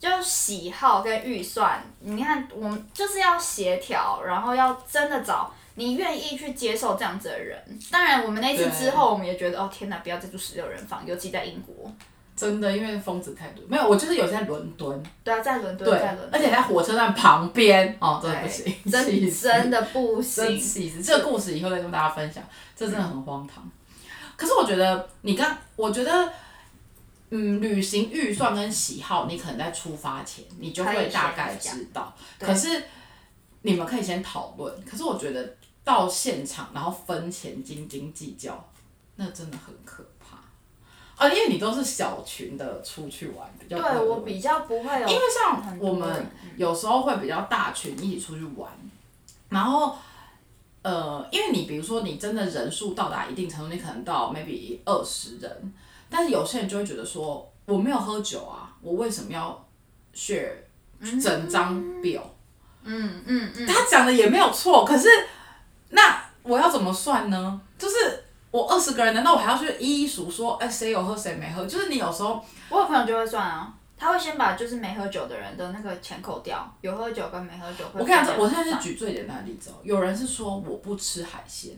Speaker 2: 就是喜好跟预算，你看我们就是要协调，然后要真的找你愿意去接受这样子的人。当然，我们那次之后，我们也觉得哦天哪，不要再住十六人房，尤其在英国。
Speaker 1: 真的因为疯子太多，没有，我就是有在伦敦，
Speaker 2: 对啊，在伦
Speaker 1: 嗯
Speaker 2: 敦，
Speaker 1: 对
Speaker 2: 在伦，
Speaker 1: 而
Speaker 2: 敦，
Speaker 1: 且在火车站旁边，哦， 真的不行，气
Speaker 2: 真
Speaker 1: 死
Speaker 2: 真的不
Speaker 1: 真
Speaker 2: 行。
Speaker 1: 气死！这个故事以后再跟大家分享，这真的很荒唐。可是我觉得你刚，我觉得，嗯，旅行预算跟喜好，你可能在出发前你就
Speaker 2: 可
Speaker 1: 会
Speaker 2: 以
Speaker 1: 大
Speaker 2: 先
Speaker 1: 概
Speaker 2: 讲
Speaker 1: 知道。
Speaker 2: 对
Speaker 1: 可是你们可以先讨论。可是我觉得到现场然后分钱斤斤计较，那真的很可怕。啊，因为你都是小群的出去玩，比较
Speaker 2: 对
Speaker 1: 不会
Speaker 2: 我比较不会有，
Speaker 1: 因为像
Speaker 2: 很多
Speaker 1: 我们
Speaker 2: 人嗯
Speaker 1: 有时候会比较大群一起出去玩，然后呃，因为你比如说你真的人数到达一定程度，你可能到 maybe 二十人，但是有些人就会觉得说我没有喝酒啊，我为什么要 share 整张表？
Speaker 2: 嗯嗯嗯，
Speaker 1: 他讲的也没有错，可是那我要怎么算呢？就是。我二十个人，难道我还要去一一数说，哎、谁有喝谁没喝？就是你有时候
Speaker 2: 我有朋友就会算啊，他会先把就是没喝酒的人的那个钱扣掉，有喝酒跟没喝酒会。
Speaker 1: 我跟你讲，我现在是举最简单的例子哦。有人是说我不吃海鲜，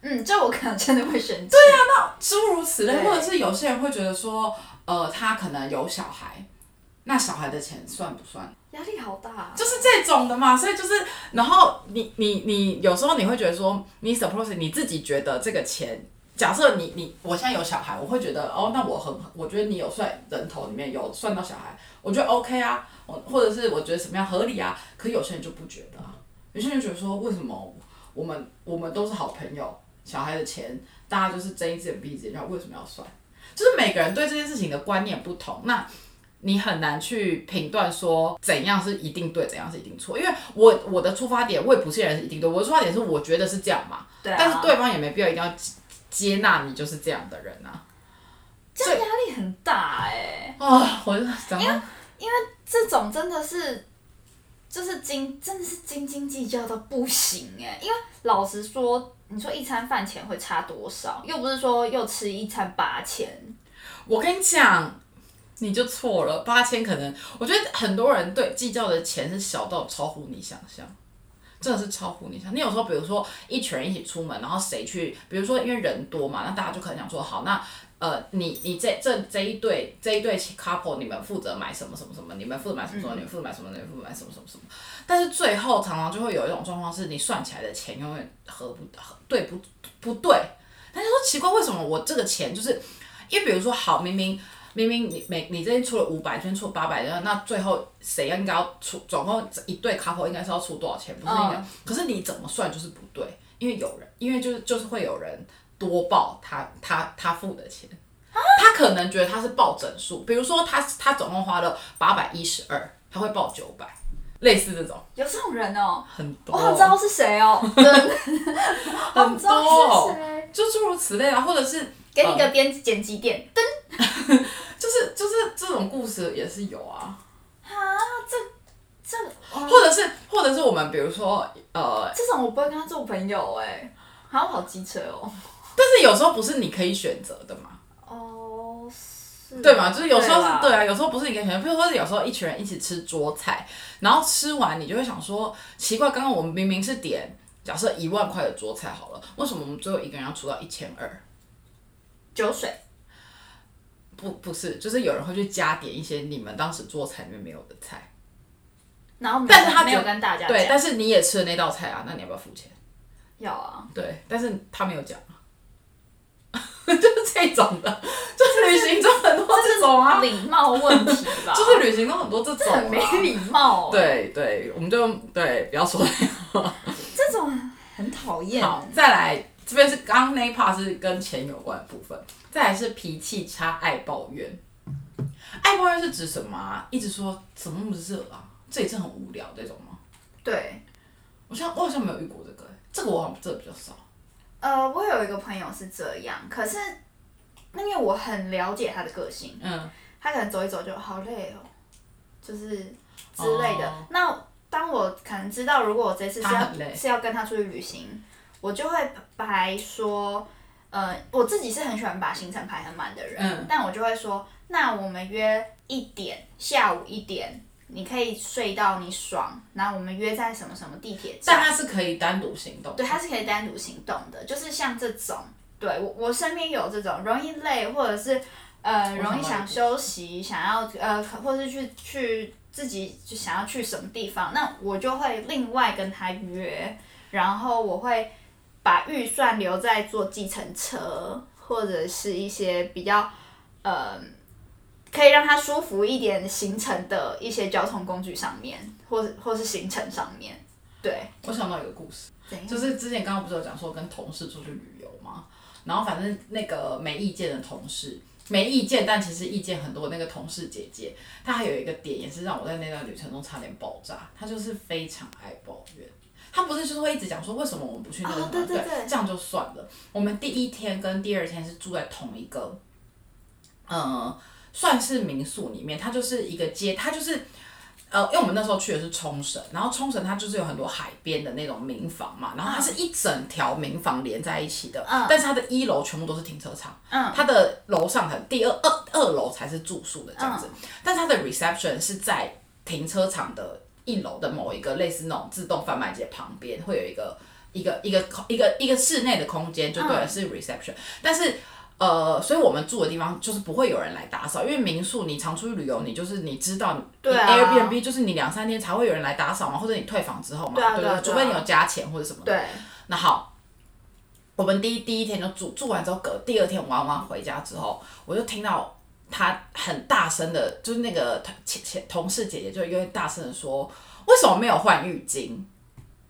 Speaker 2: 嗯，这我可能真的会生气。
Speaker 1: 啊诸如此类，
Speaker 2: 对
Speaker 1: 或者是有些人会觉得说，呃，他可能有小孩，那小孩的钱算不算？
Speaker 2: 压力好大、啊。
Speaker 1: 就是这种的嘛，所以就是，然后你你你有时候你会觉得说，你 suppose 你自己觉得这个钱，假设你你我现在有小孩，我会觉得哦，那我很我觉得你有算人头里面有算到小孩，我觉得 OK 啊，我或者是我觉得什么样合理啊，可有些人就不觉得啊，有些人觉得说为什么我们我们都是好朋友，小孩的钱大家就是睁一只眼闭一只眼，那为什么要算？就是每个人对这件事情的观念不同，那你很难去评断说怎样是一定对，怎样是一定错。因为我我的出发点，我也不是人是一定对，我的出发点是我觉得是这样嘛，
Speaker 2: 对啊。
Speaker 1: 但是对方也没必要一定要接接纳你就是这样的人啊。
Speaker 2: 这样压力很大哎、
Speaker 1: 啊、我就想说
Speaker 2: 这种真的是，就是斤真的是斤斤计较到不行哎、因为老实说，你说一餐饭钱会差多少？又不是说又吃一餐八千。
Speaker 1: 我跟你讲，你就错了。八千可能，我觉得很多人对计较的钱是小到超乎你想象，真的是超乎你想。你有时候比如说一群人一起出门，然后谁去，比如说因为人多嘛，那大家就可能想说，好，那呃，你你这这这一对这一对 couple，你们负责买什么什么什么，你们负责买什么什么，你们负责买什么，你们负责买什么什么什么。但是最后常常就会有一种状况是，你算起来的钱永远合不合对不不对。但是说奇怪，为什么我这个钱就是因为比如说，好，明明明明你每你这边出了五百，这边出八百，然后那最后谁应该要出？总共一对 couple 应该是要出多少钱？不是应该？
Speaker 2: 嗯
Speaker 1: 可是你怎么算就是不对，因为有人，因为就是就是会有人多报他他他付的钱。
Speaker 2: 啊
Speaker 1: 他可能觉得他是报整数，比如说他他总共花了八百一十二，他会报九百，类似这种
Speaker 2: 有这种人哦、
Speaker 1: 很多。
Speaker 2: 我好知道是谁哦、真的，我好知道
Speaker 1: 多哦
Speaker 2: 是谁。
Speaker 1: 就诸如此类啊，或者是
Speaker 2: 给你个编剪辑点，噔
Speaker 1: 就是就是这种故事也是有啊。
Speaker 2: 啊，这这哦
Speaker 1: 或者是或者是我们比如说呃，
Speaker 2: 这种我不会跟他做朋友哎、好好机车哦。
Speaker 1: 但是有时候不是你可以选择的嘛，
Speaker 2: 哦，是
Speaker 1: 对嘛？就是有时候是对
Speaker 2: 啦
Speaker 1: 啊，有时候不是你可以选择，比如说有时候一群人一起吃桌菜，然后吃完你就会想说，奇怪，刚刚我们明明是点假设一万块的桌菜好了，为什么我们最后一个人要出到一千二？
Speaker 2: 酒水
Speaker 1: 不不是，就是有人会去加点一些你们当时桌菜里面没有的菜，
Speaker 2: 然后没有
Speaker 1: 但是他
Speaker 2: 没有
Speaker 1: 觉
Speaker 2: 跟大家
Speaker 1: 对，
Speaker 2: 讲，
Speaker 1: 但是你也吃了那道菜啊，那你要不要付钱？
Speaker 2: 要啊，
Speaker 1: 对，但是他没有讲 啊，就是这种的，就是旅行中很多这种啊，
Speaker 2: 礼貌问题吧，
Speaker 1: 就是旅行中很 多这种、啊
Speaker 2: 很，没礼貌、 哦，，
Speaker 1: 对对，我们就对不要说
Speaker 2: 这种很讨厌。
Speaker 1: 好，再来这边是刚刚那一 part 是跟钱有关的部分，再来是脾气差、爱抱怨。爱抱怨是指什么啊？一直说怎么那么热啊，这也是很无聊这种吗？
Speaker 2: 对，
Speaker 1: 我像我好像没有遇过这个、欸，这个我好像这个比较少。
Speaker 2: 呃，我有一个朋友是这样，可是那因为我很了解他的个性，
Speaker 1: 嗯，
Speaker 2: 他可能走一走就好累哦，就是之类的。
Speaker 1: 哦
Speaker 2: 那当我可能知道，如果我这次是
Speaker 1: 他
Speaker 2: 要
Speaker 1: 很累
Speaker 2: 是要跟他出去旅行，我就会排说，呃，我自己是很喜欢把行程排很满的人，
Speaker 1: 嗯
Speaker 2: 但我就会说，那我们约一点，下午一点。你可以睡到你爽，然后我们约在什么什么地铁站
Speaker 1: 但。他是可以单独行动。
Speaker 2: 对，它是可以单独行动的，就是像这种，对我我身边有这种容易累，或者是呃
Speaker 1: 我想
Speaker 2: 容易
Speaker 1: 到
Speaker 2: 想
Speaker 1: 一个
Speaker 2: 休息，想要呃，或是去去自己就想要去什么地方，那我就会另外跟他约，然后我会把预算留在坐计程车或者是一些比较呃。可以让他舒服一点行程的一些交通工具上面，或或是行程上面，对，
Speaker 1: 我想到一个故事。
Speaker 2: 怎样
Speaker 1: 就是之前刚刚不是有讲说跟同事出去旅游嘛，然后反正那个没意见的同事，没意见，但其实意见很多的那个同事姐姐，她还有一个点也是让我在那段旅程中差点爆炸，她就是非常爱抱怨。她不是就是会一直讲说为什么我们不去那个
Speaker 2: 哦
Speaker 1: 什么、
Speaker 2: 对对对
Speaker 1: 这样就算了。我们第一天跟第二天是住在同一个，呃，算是民宿里面，它就是一个街，它就是呃，因为我们那时候去的是冲绳，然后冲绳它就是有很多海边的那种民房嘛，然后它是一整条民房连在一起的，
Speaker 2: 嗯
Speaker 1: 但是它的一楼全部都是停车场，
Speaker 2: 嗯
Speaker 1: 它的楼上很第二二二楼才是住宿的这样子，但它的 reception 是在停车场的一楼的某一个类似那种自动贩卖机的旁边，会有一个一个一个空一个一个室内的空间，就对了，
Speaker 2: 嗯
Speaker 1: 是 reception，但是。呃，所以我们住的地方就是不会有人来打扫，因为民宿你常出去旅游，你就是你知道你
Speaker 2: 对啊
Speaker 1: Airbnb 就是你两三天才会有人来打扫嘛，或者你退房之后嘛，
Speaker 2: 对啊
Speaker 1: 不
Speaker 2: 对啊对啊
Speaker 1: 除非你有加钱或者什么的。
Speaker 2: 对，
Speaker 1: 那好，我们第一第一天就住，住完之后隔第二天玩完回家之后，我就听到他很大声的，就是那个同前前同事姐姐就有点大声的说，为什么没有换浴巾？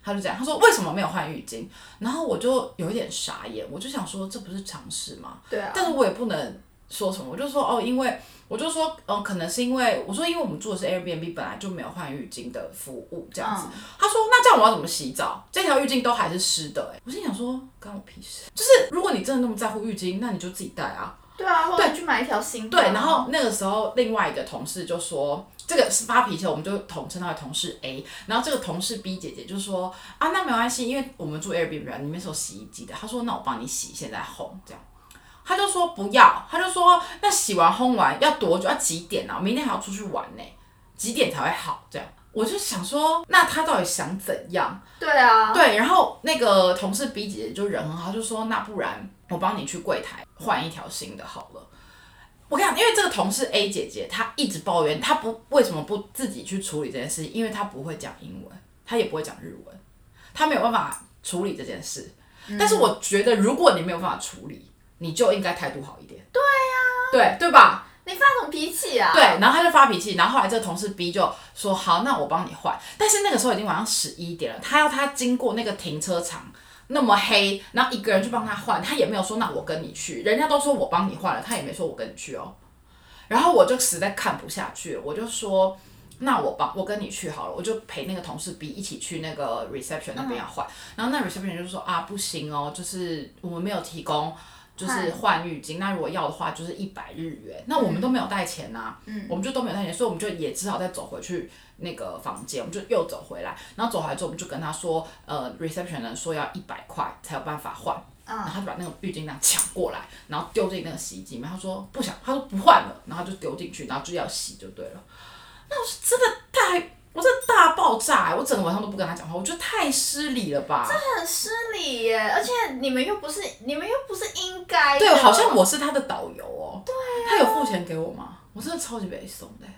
Speaker 1: 他就这样，他说为什么没有换浴巾？然后我就有一点傻眼，我就想说这不是常识吗？
Speaker 2: 对啊，
Speaker 1: 但是我也不能说什么，我就说哦，因为我就说嗯、呃可能是因为我说因为我们住的是 Airbnb，本来就没有换浴巾的服务这样子。
Speaker 2: 嗯
Speaker 1: 他说那这样我要怎么洗澡？这条浴巾都还是湿的、欸，我心想说关我屁事。就是如果你真的那么在乎浴巾，那你就自己带啊。
Speaker 2: 对啊，或者去买一条新的
Speaker 1: 对
Speaker 2: 啊。，
Speaker 1: 然后那个时候另外一个同事就说，这个是发脾气，我们就统称他为同事 A。然后这个同事 B 姐姐就说啊，那没关系，因为我们住 Airbnb 啊里面是有洗衣机的。她说那我帮你洗，现在烘这样。他就说不要，他就说那洗完烘完要多久？要几点啊？我明天还要出去玩呢、几点才会好？这样我就想说，那他到底想怎样？
Speaker 2: 对啊，
Speaker 1: 对，然后那个同事 B 姐姐就人很好，就说那不然我帮你去柜台换一条新的好了。我跟你讲，因为这个同事 A 姐姐她一直抱怨，她不为什么不自己去处理这件事，因为她不会讲英文，她也不会讲日文，她没有办法处理这件事。但是我觉得，如果你没有办法处理，你就应该态度好一点。对呀、对对吧？
Speaker 2: 你发什么脾气啊？
Speaker 1: 对，然后他就发脾气，然后后来这个同事 B 就说好，那我帮你换。但是那个时候已经晚上十一点了，他要他经过那个停车场那么黑，然后一个人去帮他换，他也没有说那我跟你去，人家都说我帮你换了，他也没说我跟你去哦。然后我就实在看不下去了，我就说。那我帮我跟你去好了，我就陪那个同事 B 一起去那个 reception 那边要换，然后那 reception 就说啊不行哦，就是我们没有提供就是
Speaker 2: 换
Speaker 1: 换浴巾，那如果要的话就是一百日元，那我们都没有带钱呐、啊
Speaker 2: 嗯
Speaker 1: 我们就都没有带钱，所以我们就也只好再走回去那个房间，我们就又走回来，然后走回来之后我们就跟他说，呃，reception 人说要一百块才有办法换，然后
Speaker 2: 嗯，
Speaker 1: 他就把那个浴巾这样抢过来，然后丢进那个洗衣机里面，他说不想，他说不换了，然后就丢进去，然后就要洗就对了，那我是真的太。我真的大爆炸、欸我整个晚上都不跟他讲话，我觉得太失礼了吧。
Speaker 2: 很失礼耶，而且你们又不是，你们又不是应该的
Speaker 1: 对，好像我是他的导游哦。对、
Speaker 2: 啊
Speaker 1: 他有付钱给我吗？我真的超级北送的欸，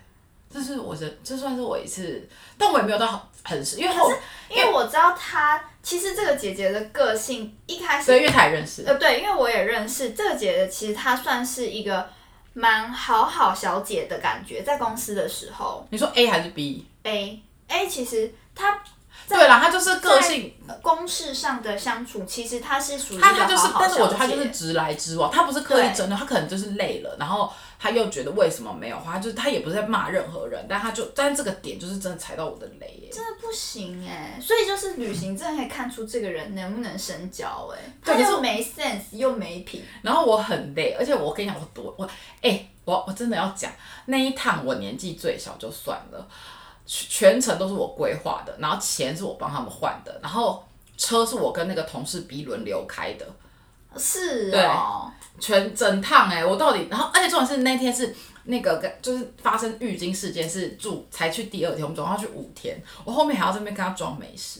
Speaker 1: 这是我的，这算是我一次，但我也没有到很很是，因为后
Speaker 2: 因为我知道她其实这个姐姐的个性一开始
Speaker 1: 所以因为他也认识，
Speaker 2: 呃，对，因为我也认识这个姐姐，其实她算是一个蛮好好小姐的感觉，在公司的时候
Speaker 1: 你说 A 还是 B？
Speaker 2: ，A A 其实她在
Speaker 1: 对啦，他就是个性，
Speaker 2: 呃公事上的相处，其实她是属于一个
Speaker 1: 他他就是，
Speaker 2: 好好
Speaker 1: 但是我觉
Speaker 2: 小
Speaker 1: 得他就是
Speaker 2: 姐，
Speaker 1: 直来直往，他不是刻意
Speaker 2: 对
Speaker 1: 争的，他可能就是累了，然后他又觉得为什么没有花，就是他也不是在骂任何人，但他就但这个点就是真的踩到我的雷耶。
Speaker 2: 真的不行哎、所以就是旅行真的可以看出这个人能不能深交哎、
Speaker 1: 对
Speaker 2: 她
Speaker 1: 可是
Speaker 2: 又没 sense 又没品，
Speaker 1: 然后我很累，而且我跟你讲，我多我哎、我我真的要讲那一趟，我年纪最小就算了，全全程都是我规划的，然后钱是我帮他们换的，然后车是我跟那个同事 B 轮流开的，
Speaker 2: 是哦，
Speaker 1: 全整趟哎、我到底，然后而且重点是那天是那个跟就是发生浴巾事件是住才去第二天，我们总共要去五天，我后面还要这边跟他装没事，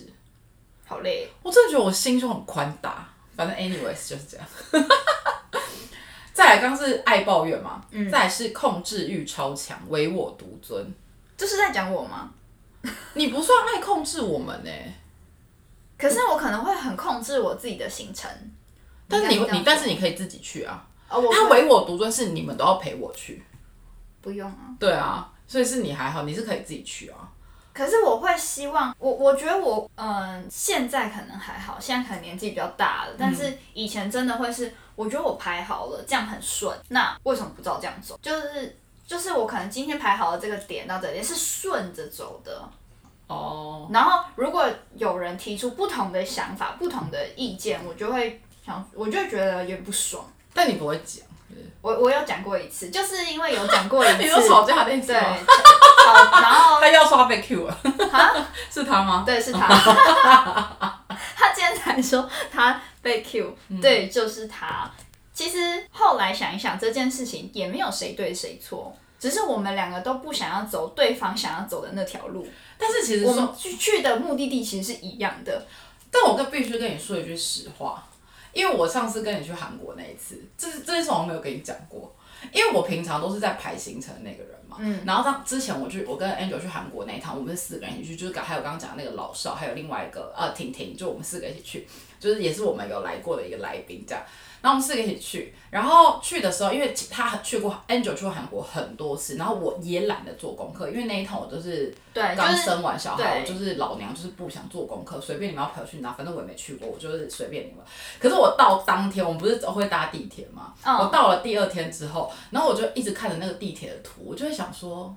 Speaker 2: 好累，
Speaker 1: 我真的觉得我心胸很宽大。反正 anyways 就是这样。 再来，刚刚是爱抱怨嘛，
Speaker 2: 嗯
Speaker 1: 再来是控制欲超强，唯我独尊。
Speaker 2: 这是在讲我吗？
Speaker 1: 你不算爱控制我们呢、
Speaker 2: 可是我可能会很控制我自己的行程，
Speaker 1: 但是你
Speaker 2: 应该这
Speaker 1: 你
Speaker 2: 样
Speaker 1: 但
Speaker 2: 说
Speaker 1: 是你可以自己去啊。
Speaker 2: 哦，我
Speaker 1: 他
Speaker 2: 会
Speaker 1: 唯我独尊是你们都要陪我去，
Speaker 2: 不用啊。
Speaker 1: 对啊，所以是你还好，你是可以自己去啊。
Speaker 2: 可是我会希望，我我觉得我，嗯、现在可能还好，现在可能年纪比较大
Speaker 1: 嗯
Speaker 2: 了，但是以前真的会是，我觉得我排好了，这样很顺，那为什么不照这样走？就是就是我可能今天排好了这个点到这里是顺着走的，
Speaker 1: 哦，
Speaker 2: 然后如果有人提出不同的想法、不同的意见，我就会想，我就会觉得有点不爽。
Speaker 1: 但你不会讲，
Speaker 2: 我我有讲过一次，就是因为有讲过一 次，
Speaker 1: 你都吵架那次
Speaker 2: 对，
Speaker 1: 吗？
Speaker 2: 吵然后
Speaker 1: 他要说他被 Q 了， 是他吗？
Speaker 2: 对，是他。
Speaker 1: 哦 嗯
Speaker 2: 他今天才说他被 Q，、对，就是他。其实后来想一想，这件事情也没有谁对谁错，只是我们两个都不想要走对方想要走的那条路，
Speaker 1: 但是其实
Speaker 2: 我们
Speaker 1: 说，
Speaker 2: 去去的目的地其实是一样的。
Speaker 1: 但我跟必须跟你说一句实话，因为我上次跟你去韩国那一次，这这件事我好像没有跟你讲过，因为我平常都是在排行程的那个人嘛。
Speaker 2: 嗯
Speaker 1: 然后当之前我去，我跟 Angel 去韩国那一趟，我们是四个人一起去，就是刚还有刚刚讲的那个老少，还有另外一个呃婷婷，就我们四个一起去，就是也是我们有来过的一个来宾这样。然后我们四个一起去，然后去的时候，因为他很去过 Angel 去过韩国很多次，然后我也懒得做功课，因为那一趟我都是
Speaker 2: 对，就
Speaker 1: 刚
Speaker 2: 是
Speaker 1: 生完小孩，我
Speaker 2: 对
Speaker 1: 就是老娘就是不想做功课，随便你们要陪我去哪，反正我也没去过，我就是随便你们。可是我到当天，我们不是都会搭地铁吗？
Speaker 2: 嗯
Speaker 1: 我到了第二天之后，然后我就一直看着那个地铁的图，我就会想说。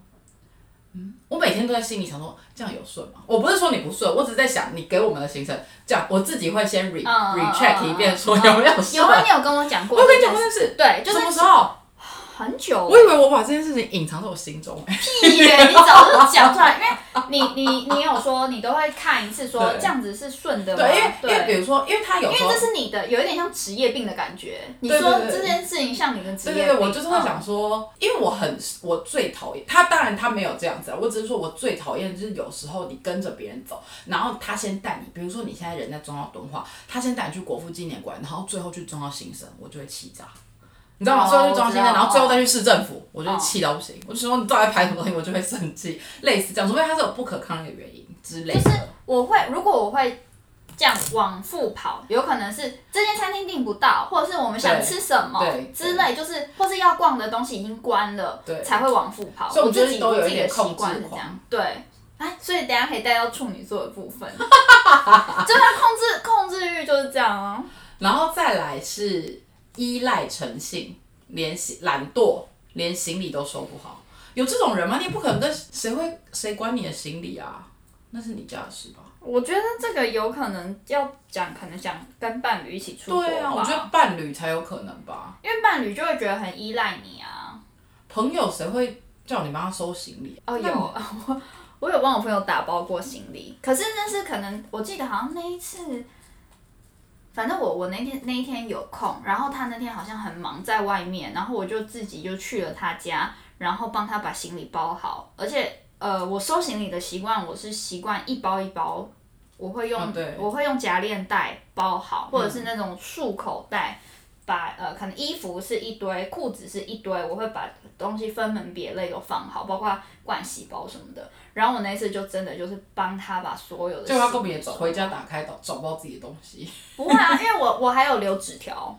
Speaker 1: 嗯，我每天都在心里想说，这样有顺吗？我不是说你不顺，我只是在想你给我们的行程，这样我自己会先 re、
Speaker 2: 嗯嗯
Speaker 1: recheck
Speaker 2: 嗯
Speaker 1: 一遍，说有没有顺。
Speaker 2: 有啊，你有跟我讲过，
Speaker 1: 我有跟你讲过这件事，
Speaker 2: 对，就是
Speaker 1: 什么时候？
Speaker 2: 很久
Speaker 1: 我以为我把这件事情隐藏在我心中、哎
Speaker 2: 屁耶！你早就讲出来，因为你你你有说你都会看一次说，
Speaker 1: 对
Speaker 2: 这样子是顺的吗？
Speaker 1: 对，因为因为比
Speaker 2: 对
Speaker 1: 如说，因为他有时
Speaker 2: 因
Speaker 1: 候
Speaker 2: 为这是你的，有一点像职业病的感觉。你
Speaker 1: 对
Speaker 2: 说
Speaker 1: 对
Speaker 2: 这
Speaker 1: 对
Speaker 2: 件事情像你的职
Speaker 1: 对
Speaker 2: 业
Speaker 1: 对
Speaker 2: 病，嗯
Speaker 1: 对，我就是会想说，因为我很我最讨厌他，当然他没有这样子啊，我只是说我最讨厌就是有时候你跟着别人走，然后他先带你，比如说你现在人在中澳敦化，他先带你去国父纪念馆，然后最后去中澳新生，我就会气炸。你知道吗？
Speaker 2: 哦
Speaker 1: 最后去中央新生，
Speaker 2: 我知道
Speaker 1: 然后最后再去市政府，我就
Speaker 2: 哦
Speaker 1: 气到不行。我就说你到底排什么东西，我就会生气，类似这样，除非他是有不可抗力的原因之类的。
Speaker 2: 就是我会，如果我会这样往复跑，有可能是这间餐厅订不到，或者是我们想
Speaker 1: 对
Speaker 2: 吃什么
Speaker 1: 对
Speaker 2: 之类，就是或是要逛的东西已经关了，
Speaker 1: 对
Speaker 2: 才会往复跑。
Speaker 1: 所以我
Speaker 2: 我
Speaker 1: 觉得
Speaker 2: 自己
Speaker 1: 都有一
Speaker 2: 自己的
Speaker 1: 点
Speaker 2: 习
Speaker 1: 控制
Speaker 2: 惯是这
Speaker 1: 狂
Speaker 2: 样，对。哎，所以等一下可以带到处女座的部分， 就他控制控制欲就是这样啊。
Speaker 1: 然后再来是依赖诚信，连行懒惰，连行李都收不好。有这种人吗？你也不可能跟谁会谁管你的行李啊？那是你家的事吧？
Speaker 2: 我觉得这个有可能要讲，可能讲跟伴侣一起出国
Speaker 1: 对啊，
Speaker 2: 吧
Speaker 1: 我觉得伴侣才有可能吧。
Speaker 2: 因为伴侣就会觉得很依赖你啊。
Speaker 1: 朋友谁会叫你帮他收行李？
Speaker 2: 哦，有
Speaker 1: 那你
Speaker 2: 我 我有帮我朋友打包过行李，可是那是可能我记得好像那一次，反正我我那天那一天有空，然后他那天好像很忙在外面，然后我就自己就去了他家，然后帮他把行李包好，而且呃，我收行李的习惯我是习惯一包一包。我会用、
Speaker 1: 哦对
Speaker 2: 我会用夹链袋包好，或者是那种束口袋，把呃可能衣服是一堆，裤子是一堆，我会把东西分门别类都放好，包括盥洗包什么的。然后我那一次就真的就是帮他把所有的，
Speaker 1: 结果他根本也找回家打开找找不到自己的东西，
Speaker 2: 不会啊，因为我我还有留纸 条，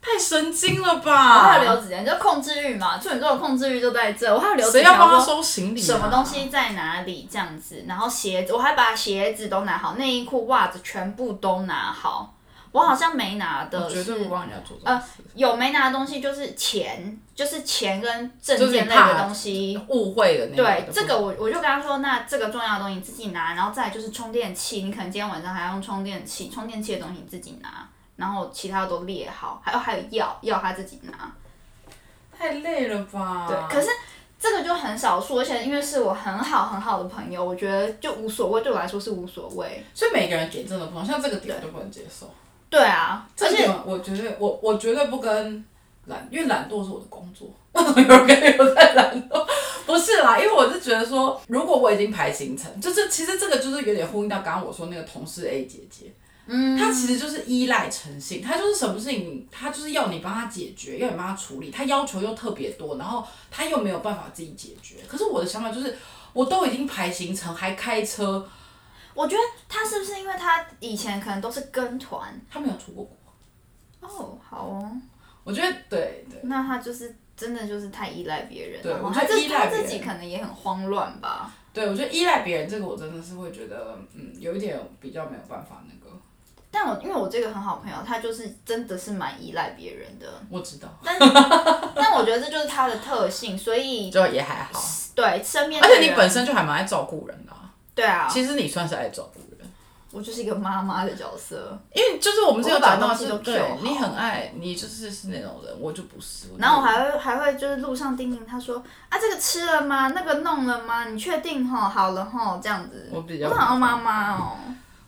Speaker 1: 太神经了
Speaker 2: 我还
Speaker 1: 吧？
Speaker 2: 有留纸条，就控制欲嘛，处女座的控制欲就在这，我还有留纸
Speaker 1: 谁要帮
Speaker 2: 条
Speaker 1: 他
Speaker 2: 说。
Speaker 1: 收行李、啊？
Speaker 2: 什么东？西在哪里这样子，然后鞋子我还把鞋子都拿好，内衣裤、袜子全部都拿好。我好像没拿
Speaker 1: 我
Speaker 2: 的
Speaker 1: 绝
Speaker 2: 是
Speaker 1: 对不帮人家做这种事。
Speaker 2: 有没拿的东西就是钱，就是钱跟证
Speaker 1: 就是你
Speaker 2: 件类
Speaker 1: 怕
Speaker 2: 的东西。
Speaker 1: 误会的那
Speaker 2: 对
Speaker 1: 种，
Speaker 2: 这个我我就跟他说，那这个重要的东西你自己拿，然后再来就是充电器，你可能今天晚上还要用充电器，充电器的东西你自己拿，然后其他都列好，还有还有药药他自己拿。
Speaker 1: 太累了吧？
Speaker 2: 对，可是这个就很少数，而且因为是我很好很好的朋友，我觉得就无所谓，对我来说是无所谓。
Speaker 1: 所以每个人点真的不同，像这个点我就不能接受。
Speaker 2: 对啊，
Speaker 1: 这
Speaker 2: 而且
Speaker 1: 点我绝对我我绝对不跟懒，因为懒惰是我的工作。为什么有人有在懒惰？不是啦，因为我是觉得说，如果我已经排行程，就是其实这个就是有点呼应到刚刚我说那个同事 A 姐姐，
Speaker 2: 嗯，
Speaker 1: 她其实就是依赖诚信，她就是什么事情，她就是要你帮她解决，要你帮她处理，她要求又特别多，然后她又没有办法自己解决。可是我的想法就是，我都已经排行程，还开车，
Speaker 2: 我觉得他是不是因为他以前可能都是跟团
Speaker 1: 她没有出过国，
Speaker 2: 哦，好哦。
Speaker 1: 我觉得对对。
Speaker 2: 那他就是真的就是太依赖别人，
Speaker 1: 对
Speaker 2: 然后
Speaker 1: 我
Speaker 2: 他
Speaker 1: 觉得
Speaker 2: 自
Speaker 1: 依
Speaker 2: 他
Speaker 1: 赖别
Speaker 2: 自
Speaker 1: 人
Speaker 2: 己可能也很慌乱吧。
Speaker 1: 对，我觉得依赖别人这个，我真的是会觉得，嗯，有一点比较没有办法那个。
Speaker 2: 但我因为我这个很好朋友，他就是真的是蛮依赖别人的，
Speaker 1: 我知道，
Speaker 2: 但但我觉得这就是他的特性，所以
Speaker 1: 就也还好，
Speaker 2: 对身边的
Speaker 1: 而且你
Speaker 2: 人
Speaker 1: 本身就还蛮爱照顾人的啊、
Speaker 2: 对啊，
Speaker 1: 其实你算是爱照顾人，
Speaker 2: 我就是一个妈妈的角色，
Speaker 1: 因为就是我们之前有讲到是
Speaker 2: 我会把东西，都
Speaker 1: 对
Speaker 2: 做好
Speaker 1: 你很爱，你就是是那种人，我就不是。
Speaker 2: 然后我
Speaker 1: 就是
Speaker 2: 还会还会就是路上叮咛他说啊这个吃了吗？那个弄了吗？你确定吼？好了吼这样子，
Speaker 1: 我比较
Speaker 2: 好妈妈哦。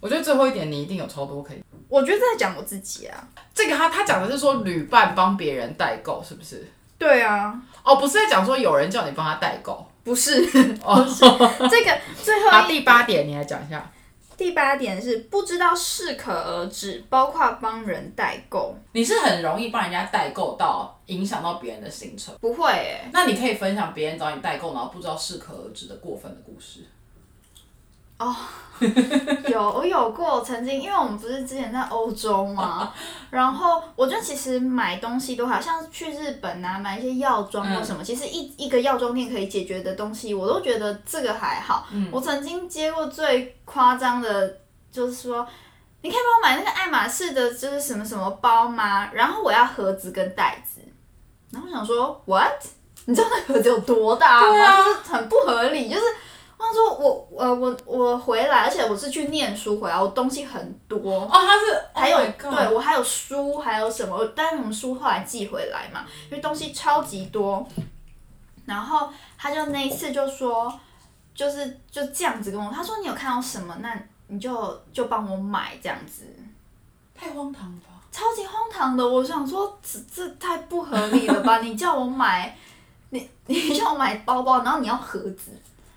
Speaker 1: 我觉得最后一点你一定有超多可以。
Speaker 2: 我觉得在讲我自己啊。
Speaker 1: 这个他他讲的是说旅伴帮别人代购，是不是？
Speaker 2: 对啊，
Speaker 1: 哦，不是在讲说有人叫你帮他代购。
Speaker 2: 不是，
Speaker 1: 哦
Speaker 2: 不是这个最后
Speaker 1: 好，
Speaker 2: 一
Speaker 1: 第八点你来讲一下。
Speaker 2: 第八点是不知道适可而止，包括帮人代购，
Speaker 1: 你是很容易帮人家代购到影响到别人的行程，
Speaker 2: 不会诶、
Speaker 1: 那你可以分享别人找你代购，然后不知道适可而止的过分的故事。
Speaker 2: 有，我有过曾经，因为我们不是之前在欧洲 嘛，然后我觉得其实买东西都好像去日本啊，买一些药妆
Speaker 1: 嗯
Speaker 2: 或什么，其实一一个药妆店可以解决的东西，我都觉得这个还好。
Speaker 1: 嗯
Speaker 2: 我曾经接过最夸张的，就是说。你可以帮我买那个爱马仕的，就是什么什么包吗？然后我要盒子跟袋子，然后我想说 what？你知道那盒子有多大吗？
Speaker 1: 对啊
Speaker 2: 就是很不合理，就是我想说我呃我我回来，而且我是去念书回来，我东西很多
Speaker 1: 哦，，他是
Speaker 2: 还有、
Speaker 1: oh my God
Speaker 2: 对我还有书，还有什么？但是我们书后来寄回来嘛，因为东西超级多。然后他就那一次就说，就是就这样子跟我，他说你有看到什么，那你就就帮我买这样子。
Speaker 1: 太荒唐了吧。
Speaker 2: 超级荒唐的，我想说这这太不合理 了吧？你叫我买，你你叫我买包包，然后你要盒子，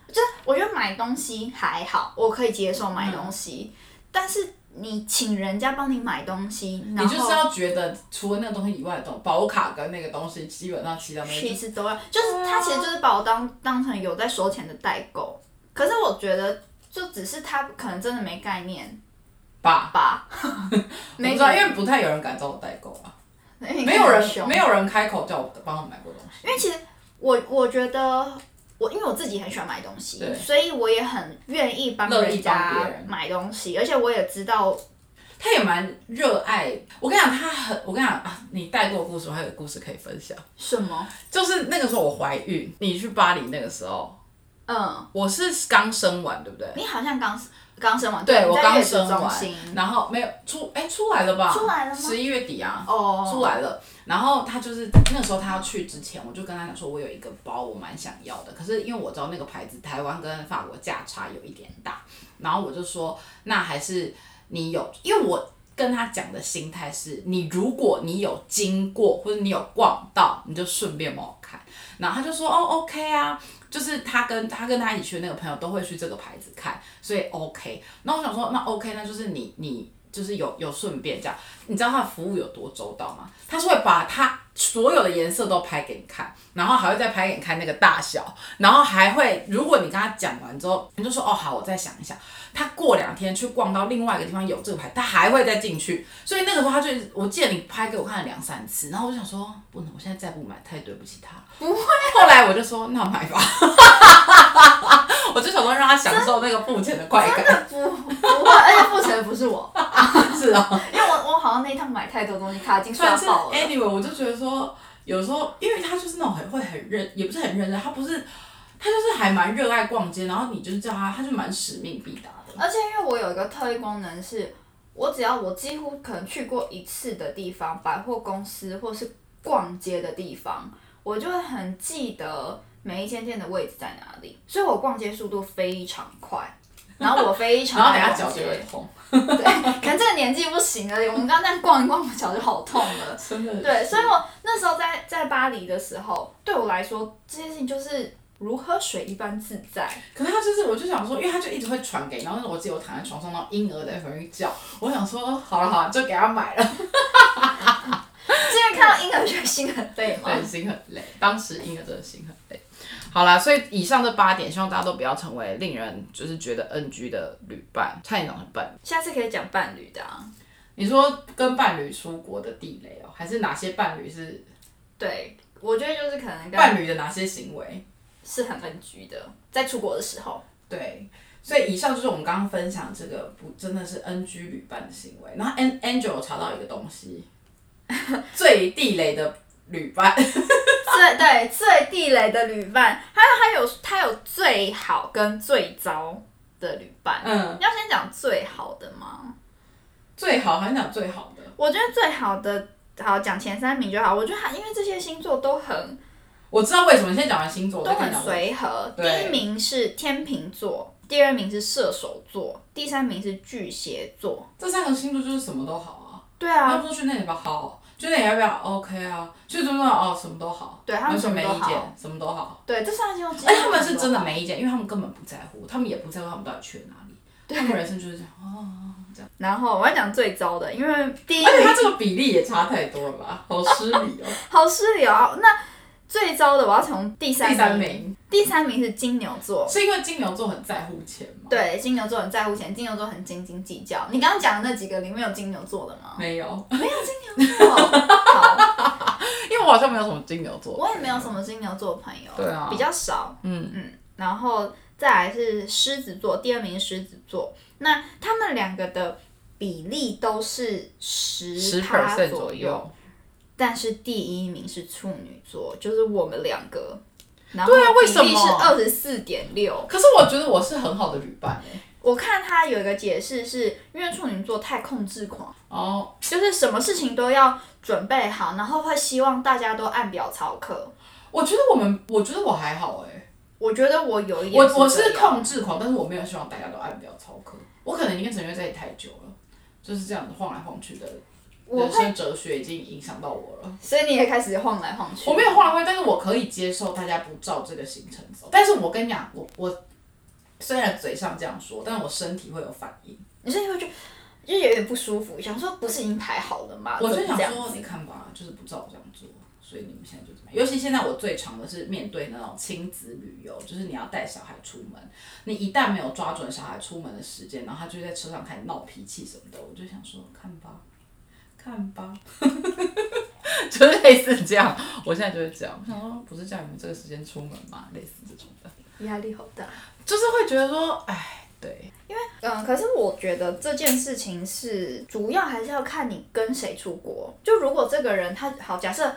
Speaker 2: 就是我觉得买东西还好，我可以接受买东西，但是你请人家帮你买东西，然
Speaker 1: 你
Speaker 2: 后
Speaker 1: 就是要觉得除了那个东西以外的东西，保卡跟那个东西基本上其他东西
Speaker 2: 其
Speaker 1: 就
Speaker 2: 实都要，就是他其实就是把我当当成有在收钱的代购，可是我觉得就只是他可能真的没概念
Speaker 1: 吧，
Speaker 2: 吧，
Speaker 1: 我不
Speaker 2: 没哎
Speaker 1: 知道，因为不太有人敢找我代购啊，没
Speaker 2: 没
Speaker 1: 有
Speaker 2: 熊
Speaker 1: 人没有人开口叫我帮他买过东西，
Speaker 2: 因为其实我我觉得我因为我自己很喜欢买东西
Speaker 1: 对，
Speaker 2: 所以我也很愿意帮
Speaker 1: 乐意帮
Speaker 2: 人家
Speaker 1: 别人
Speaker 2: 买东西，而且我也知道，
Speaker 1: 他也蛮热爱。我跟你讲，他很，我跟你讲啊，你代购的故事，我还有个故事可以分享，
Speaker 2: 什么，
Speaker 1: 就是那个时候我怀孕，你去巴黎那个时候，
Speaker 2: 嗯，
Speaker 1: 我是刚生完，对不对？
Speaker 2: 你好像刚刚生完，
Speaker 1: 对，
Speaker 2: 啊你
Speaker 1: 我
Speaker 2: 在
Speaker 1: 刚
Speaker 2: 月子
Speaker 1: 生
Speaker 2: 中
Speaker 1: 完
Speaker 2: 心，
Speaker 1: 然后没有出，哎、出来了吧？
Speaker 2: 出来了吗
Speaker 1: 十一月底啊。
Speaker 2: 哦，
Speaker 1: 出来了，然后他就是那时候他要去之前，我就跟他讲说，我有一个包我蛮想要的，可是因为我知道那个牌子台湾跟法国价差有一点大，然后我就说，那还是你有，因为我跟他讲的心态是，你如果你有经过或者你有逛到，你就顺便帮我看，然后他就说，哦，OK 啊。就是他跟他跟他一起去的那个朋友都会去这个牌子看，所以 OK。那我想说，那 OK，那就是你你就是有有顺便这样，你知道他的服务有多周到吗？他是会把他所有的颜色都拍给你看，然后还会再拍给你看那个大小，然后还会，如果你跟他讲完之后，你就说哦好，我再想一想。他过两天去逛到另外一个地方有这个牌，他还会再进去。所以那个时候他就，我记得你拍给我看了两三次，然后我就想说不能，我现在再不买太对不起他了。
Speaker 2: 不会，
Speaker 1: 后来我就说那买吧， 我就想说让他享受那个付钱的快
Speaker 2: 真
Speaker 1: 感。
Speaker 2: 的不不会，而且付钱的不是我，
Speaker 1: 是啊、
Speaker 2: 因为我我好像那一趟买太多东西，卡已经刷
Speaker 1: 算是哎
Speaker 2: 爆了。
Speaker 1: anyway，我就觉得说，有时候因为他就是那种很会很认，也不是很认真，他不是，他就是还蛮热爱逛街，然后你就是叫他，他就蛮使命必达的。
Speaker 2: 而且因为我有一个特异功能是，我只要我几乎可能去过一次的地方，百货公司或是逛街的地方，我就会很记得每一间店的位置在哪里，所以我逛街速度非常快。然后我非 常
Speaker 1: 然后等下
Speaker 2: 爱
Speaker 1: 脚
Speaker 2: 逛
Speaker 1: 就
Speaker 2: 街，
Speaker 1: 会痛，
Speaker 2: 对，可能这个年纪不行了。我们刚刚那样逛一逛，脚就好痛 了。
Speaker 1: 真的。
Speaker 2: 对，所以我那时候在在巴黎的时候，对我来说这件事情就是如喝水一般自 在。
Speaker 1: 可是他就是，我就想说，因为他就一直会传给你，然后那时候我记得我躺在床上，然后婴儿在旁边叫，我想说，好了好了，就给他买了。
Speaker 2: 之前看到婴儿觉得心很累嘛，
Speaker 1: 对，心很累，当时婴儿真的心很累。好啦，所以以上这八点，希望大家都不要成为令人就是觉得 NG 的旅伴，差点讲成笨。
Speaker 2: 下次可以讲伴侣的、啊，
Speaker 1: 你说跟伴侣出国的地雷哦，还是哪些伴侣是
Speaker 2: 对，我觉得就是可能跟
Speaker 1: 伴侣的哪些行为？
Speaker 2: 是很 NG 的，在出国的时候，
Speaker 1: 对，所以以上就是我们刚刚分享这个不真的是 NG 旅伴的行为。然后 An Angel 查到一个东西， 最地雷的旅伴，
Speaker 2: 最对最地雷的旅伴，还有还有他有最好跟最糟的旅伴，
Speaker 1: 嗯，
Speaker 2: 要先讲最好的吗？
Speaker 1: 最好还是讲最好的？
Speaker 2: 我觉得最好的，好讲前三名就好。我觉得还因为这些星座都很
Speaker 1: 我知道为什么，你先讲完星座，我
Speaker 2: 都
Speaker 1: 再跟
Speaker 2: 很
Speaker 1: 你讲我。
Speaker 2: 随和。第
Speaker 1: 对
Speaker 2: 一名是天秤座，第二名是射手座，第三名是巨蟹座。
Speaker 1: 这三个星座就是什么都好啊。
Speaker 2: 对
Speaker 1: 他
Speaker 2: 啊，
Speaker 1: 们说去那里吧，好，去那里要不要？OK 啊，去中段哦，什么都好，
Speaker 2: 对他们
Speaker 1: 完全没
Speaker 2: 什么
Speaker 1: 意
Speaker 2: 都好
Speaker 1: 见，什么都好。
Speaker 2: 对，这三个星座，
Speaker 1: 哎，他们是真的，没意见，因为他们根本不在乎，他们也不在乎他们到底去了哪里，他们人生就是这样。哦，这样。
Speaker 2: 然后我要讲最糟的，因为第一
Speaker 1: 而且
Speaker 2: 名
Speaker 1: 他这个比例也差太多了吧，好失 礼哦。
Speaker 2: 好失礼哦。那最糟的我要从第三
Speaker 1: 第三名
Speaker 2: 第三名是金牛座。
Speaker 1: 是因为金牛座很在乎钱吗？
Speaker 2: 对，金牛座很在乎钱，金牛座很斤斤计较。你刚刚讲的那几个里面有金牛座的 吗？
Speaker 1: 没有，
Speaker 2: 没有。好，
Speaker 1: 因为我好像没有什么金牛座，
Speaker 2: 我也没有什么金牛座的朋友，
Speaker 1: 对啊
Speaker 2: 比较少。
Speaker 1: 嗯
Speaker 2: 嗯，然后再来是狮子座，第二名是狮子座。那他们两个的比例都是十
Speaker 1: 十
Speaker 2: 趴
Speaker 1: percent
Speaker 2: 左
Speaker 1: 左
Speaker 2: 右，
Speaker 1: 右。
Speaker 2: 但是第一名是处女座，就是我们两个。然后
Speaker 1: 对啊为什么
Speaker 2: 比例是二十四点六？
Speaker 1: 可是我觉得我是很好的旅伴哎、
Speaker 2: 我看他有一个解释是，因为处女座太控制狂。
Speaker 1: 哦，
Speaker 2: 就是什么事情都要准备好，然后会希望大家都按表操课。
Speaker 1: 我觉得我们，我觉得我还好哎、
Speaker 2: 我觉得我有一点
Speaker 1: 我我
Speaker 2: 这
Speaker 1: 是
Speaker 2: 样
Speaker 1: 控制狂，但是我没有希望大家都按表操课。我可能已经跟陈月在一起太久了，就是这样子晃来晃去的
Speaker 2: 我
Speaker 1: 人
Speaker 2: 会，
Speaker 1: 生哲学已经影响到我了。
Speaker 2: 所以你也开始晃来晃去。
Speaker 1: 我没有晃来晃去，但是我可以接受大家不照这个行程走。但是我跟你讲，我我虽然嘴上这样说，但我身体会有反应。
Speaker 2: 你是会觉得就是有点不舒服，想说不是已经排好了吗？
Speaker 1: 我就
Speaker 2: 怎么
Speaker 1: 想
Speaker 2: 这样
Speaker 1: 说，
Speaker 2: 子
Speaker 1: 你看吧，就是不照我这样做，所以你们现在就怎么样？尤其现在我最常的是面对那种亲子旅游，就是你要带小孩出门，你一旦没有抓准小孩出门的时间，然后他就会在车上开始闹脾气什么的，我就想说，看吧，看吧， 就是类似这样。我现在就会这样，我想说，不是叫你们这个时间出门吗？类似这种的，
Speaker 2: 压力好大。
Speaker 1: 就是会觉得说，哎，对，
Speaker 2: 嗯，可是我觉得这件事情是主要还是要看你跟谁出国。就如果这个人他好，假设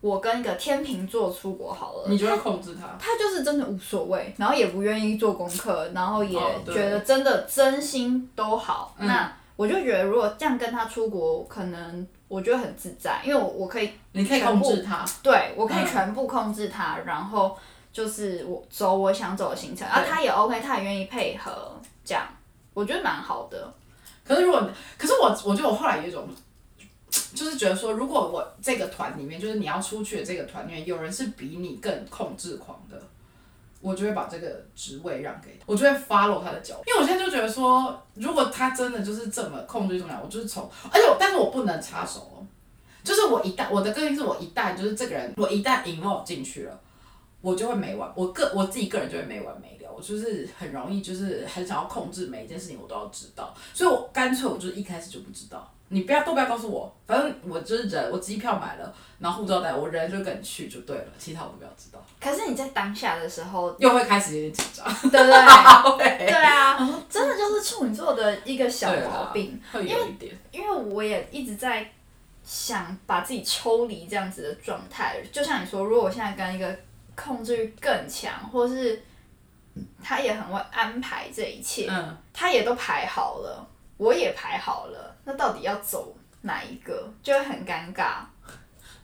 Speaker 2: 我跟一个天秤座出国好了，
Speaker 1: 你就会控制他。
Speaker 2: 他就是真的无所谓，然后也不愿意做功课，然后也
Speaker 1: 哦对
Speaker 2: 觉得真的真心都好。
Speaker 1: 嗯
Speaker 2: 那我就觉得，如果这样跟他出国，可能我觉得很自在，因为我我可以，
Speaker 1: 你可以控制他，
Speaker 2: 对我可以
Speaker 1: 嗯
Speaker 2: 全部控制他，然后就是我走我想走的行程，啊，
Speaker 1: 对
Speaker 2: 他也 OK，他也愿意配合，这样我觉得蛮好的。
Speaker 1: 可是如果，可是我我觉得我后来有一种，就是觉得说，如果我这个团里面，就是你要出去的这个团里面，有人是比你更控制狂的，我就会把这个职位让给他，我就会 follow 他的脚步。因为我现在就觉得说，如果他真的就是这么控制重要，我就是从，而且我但是我不能插手哦，就是我一旦我的个性是我一旦就是这个人，我一旦 involve 进去了。我就会没完，我个我自己个人就会没完没了，我就是很容易，就是很想要控制每一件事情，我都要知道，所以我干脆我就是一开始就不知道，你不要都不要告诉我，反正我就是人，我机票买了，然后护照带，我人就跟你去就对了，其他我都不要知道，，
Speaker 2: 可是你在当下的时 候
Speaker 1: 又会开始有点紧张，
Speaker 2: 对不对？对
Speaker 1: 对，
Speaker 2: 啊，真的就是处女座的一个小
Speaker 1: 对啊
Speaker 2: 毛
Speaker 1: 啦
Speaker 2: 病。
Speaker 1: 会有一点，
Speaker 2: 因为我也一直在想把自己抽离这样子的状态，就像你说，如果我现在跟一个控制欲更强，或是他也很会安排这一切，
Speaker 1: 嗯，
Speaker 2: 他也都排好了，我也排好了，那到底要走哪一个，就会很尴尬。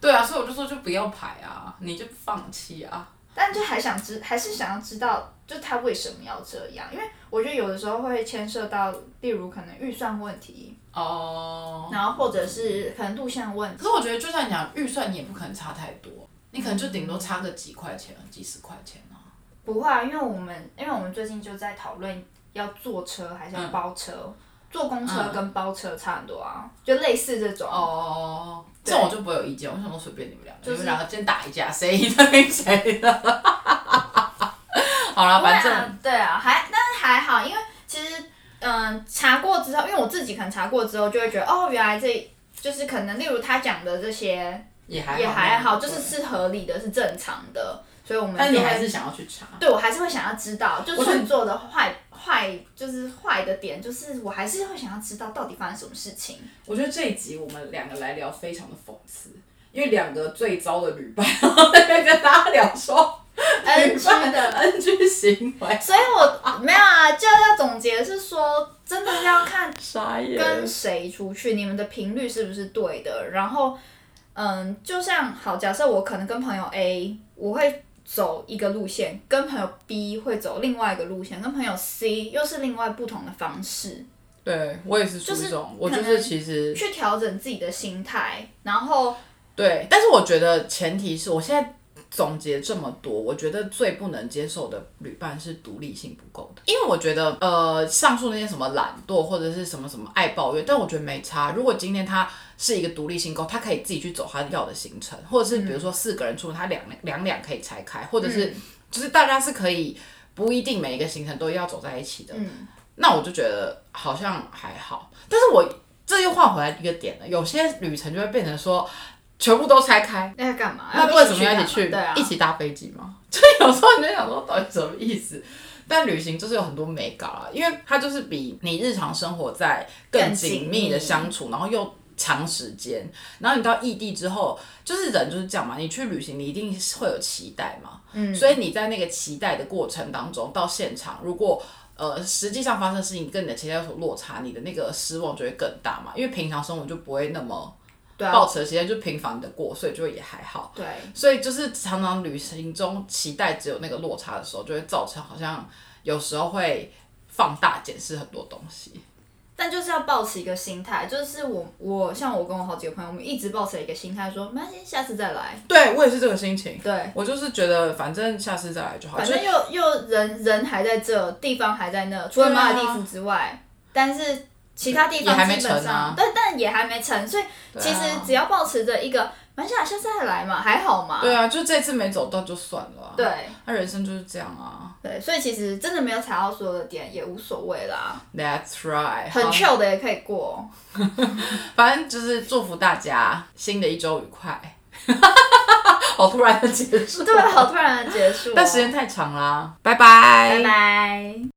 Speaker 1: 对啊，所以我就说就不要排啊，你就放弃啊，
Speaker 2: 但就还想知，还是想要知道，就他为什么要这样？因为我觉得有的时候会牵涉到，例如可能预算问题，
Speaker 1: 哦、
Speaker 2: 然后或者是可能路线问题
Speaker 1: 可。是我觉得就算你讲预算，你也不可能差太多，你可能就顶多差个几块钱，几十块钱啊。
Speaker 2: 不会啊，因为我们因为我们最近就在讨论要坐车还是要包车，
Speaker 1: 嗯
Speaker 2: 坐公车跟包车差很多啊，就类似这种。
Speaker 1: 哦，
Speaker 2: 对
Speaker 1: 这种我就不会有意见，我想说随便你们两个，
Speaker 2: 就是
Speaker 1: 你们两个先打一架，谁赢了 听谁的。好了，
Speaker 2: 不会
Speaker 1: 反正
Speaker 2: 啊，对啊，还但是还好，因为其实嗯查过之后，因为我自己可能查过之后就会觉得哦，原来这就是可能例如他讲的这些
Speaker 1: 也还好
Speaker 2: 也还好，就
Speaker 1: 对
Speaker 2: 是是合理的，是正常的，所以我们
Speaker 1: 但你
Speaker 2: 就会
Speaker 1: 还是想要去查。
Speaker 2: 对我还是会想要知道，就
Speaker 1: 我
Speaker 2: 处女座的坏坏就是坏的点，就是我还是会想要知道到底发生什么 事情。
Speaker 1: 我觉得这一集我们两个来聊非常的讽刺，因为两个最糟的旅伴， 然后在那边跟大家聊说
Speaker 2: NG
Speaker 1: 旅伴
Speaker 2: 的
Speaker 1: NG 行为，
Speaker 2: 所以我没有啊，就要总结是说，真的要看
Speaker 1: 傻眼
Speaker 2: 跟谁出去，你们的频率是不是对的。然后，嗯，就像好，假设我可能跟朋友 A，我会走一个路线，跟朋友 B 会走另外一个路线，跟朋友 C 又是另外不同的方式，
Speaker 1: 对我也是属于这种，我就
Speaker 2: 可能
Speaker 1: 是其实
Speaker 2: 去调整自己的心态，然后
Speaker 1: 对，但是我觉得前提是我现在总结这么多，我觉得最不能接受的旅伴是独立性不够的，因为我觉得呃，上述那些什么懒惰或者是什么什么爱抱怨，但我觉得没差。如果今天他是一个独立性够，他可以自己去走他要的行程，或者是比如说四个人出门，他两两两可以拆开，或者是就是大家是可以不一定每一个行程都要走在一起的。那我就觉得好像还好，但是我这又换回来一个点了，有些旅程就会变成说全部都拆开，
Speaker 2: 要哎干嘛？
Speaker 1: 那为
Speaker 2: 啊要
Speaker 1: 什么要一起去？
Speaker 2: 干嘛对
Speaker 1: 一
Speaker 2: 啊，
Speaker 1: 起搭飞机吗？ 所以有时候你就想说，到底什么意思？但旅行就是有很多美感啊，因为它就是比你日常生活在更
Speaker 2: 更
Speaker 1: 紧
Speaker 2: 紧
Speaker 1: 密的
Speaker 2: 密
Speaker 1: 相处，然后又长时间，然后你到异地之后，就是人就是这样嘛，你去旅行你一定是会有期待嘛，
Speaker 2: 嗯
Speaker 1: 所以你在那个期待的过程当中，到现场如果呃实际上发生的事情跟你的期待有所落差，你的那个失望就会更大嘛，因为平常生活就不会那么
Speaker 2: 对啊，
Speaker 1: 抱持的期待，就平凡的过，所以就也还好。
Speaker 2: 对，
Speaker 1: 所以就是常常旅行中期待只有那个落差的时候，就会造成好像有时候会放大检视很多东西。
Speaker 2: 但就是要保持一个心态，就是我我像我跟我好几个朋友，我们一直保持一个心态，说没关系，下次再来。
Speaker 1: 对我也是这个心情，
Speaker 2: 对，
Speaker 1: 我就是觉得反正下次再来就好。
Speaker 2: 反
Speaker 1: 就
Speaker 2: 正又又人人还在这，地方还在那，除了马尔地夫之外，但是其他地
Speaker 1: 也
Speaker 2: 方
Speaker 1: 还没
Speaker 2: 基本
Speaker 1: 成
Speaker 2: 上，
Speaker 1: 啊
Speaker 2: 但但也还没成，所以
Speaker 1: 对啊
Speaker 2: 其实只要保持着一个，反啊正下次再来嘛，还好嘛。
Speaker 1: 对啊，就这次没走到就算了、啊。，
Speaker 2: 对
Speaker 1: 那、人生就是这样啊。
Speaker 2: 对，所以其实真的没有踩到所有的点也无所谓啦，
Speaker 1: That's right，
Speaker 2: 很
Speaker 1: 好
Speaker 2: chill 的也可以过。
Speaker 1: 反正就是祝福大家新的一周愉快。 好突然的结束，
Speaker 2: 对，好突然的结束哦、
Speaker 1: 但时间太长啦，拜
Speaker 2: 拜拜。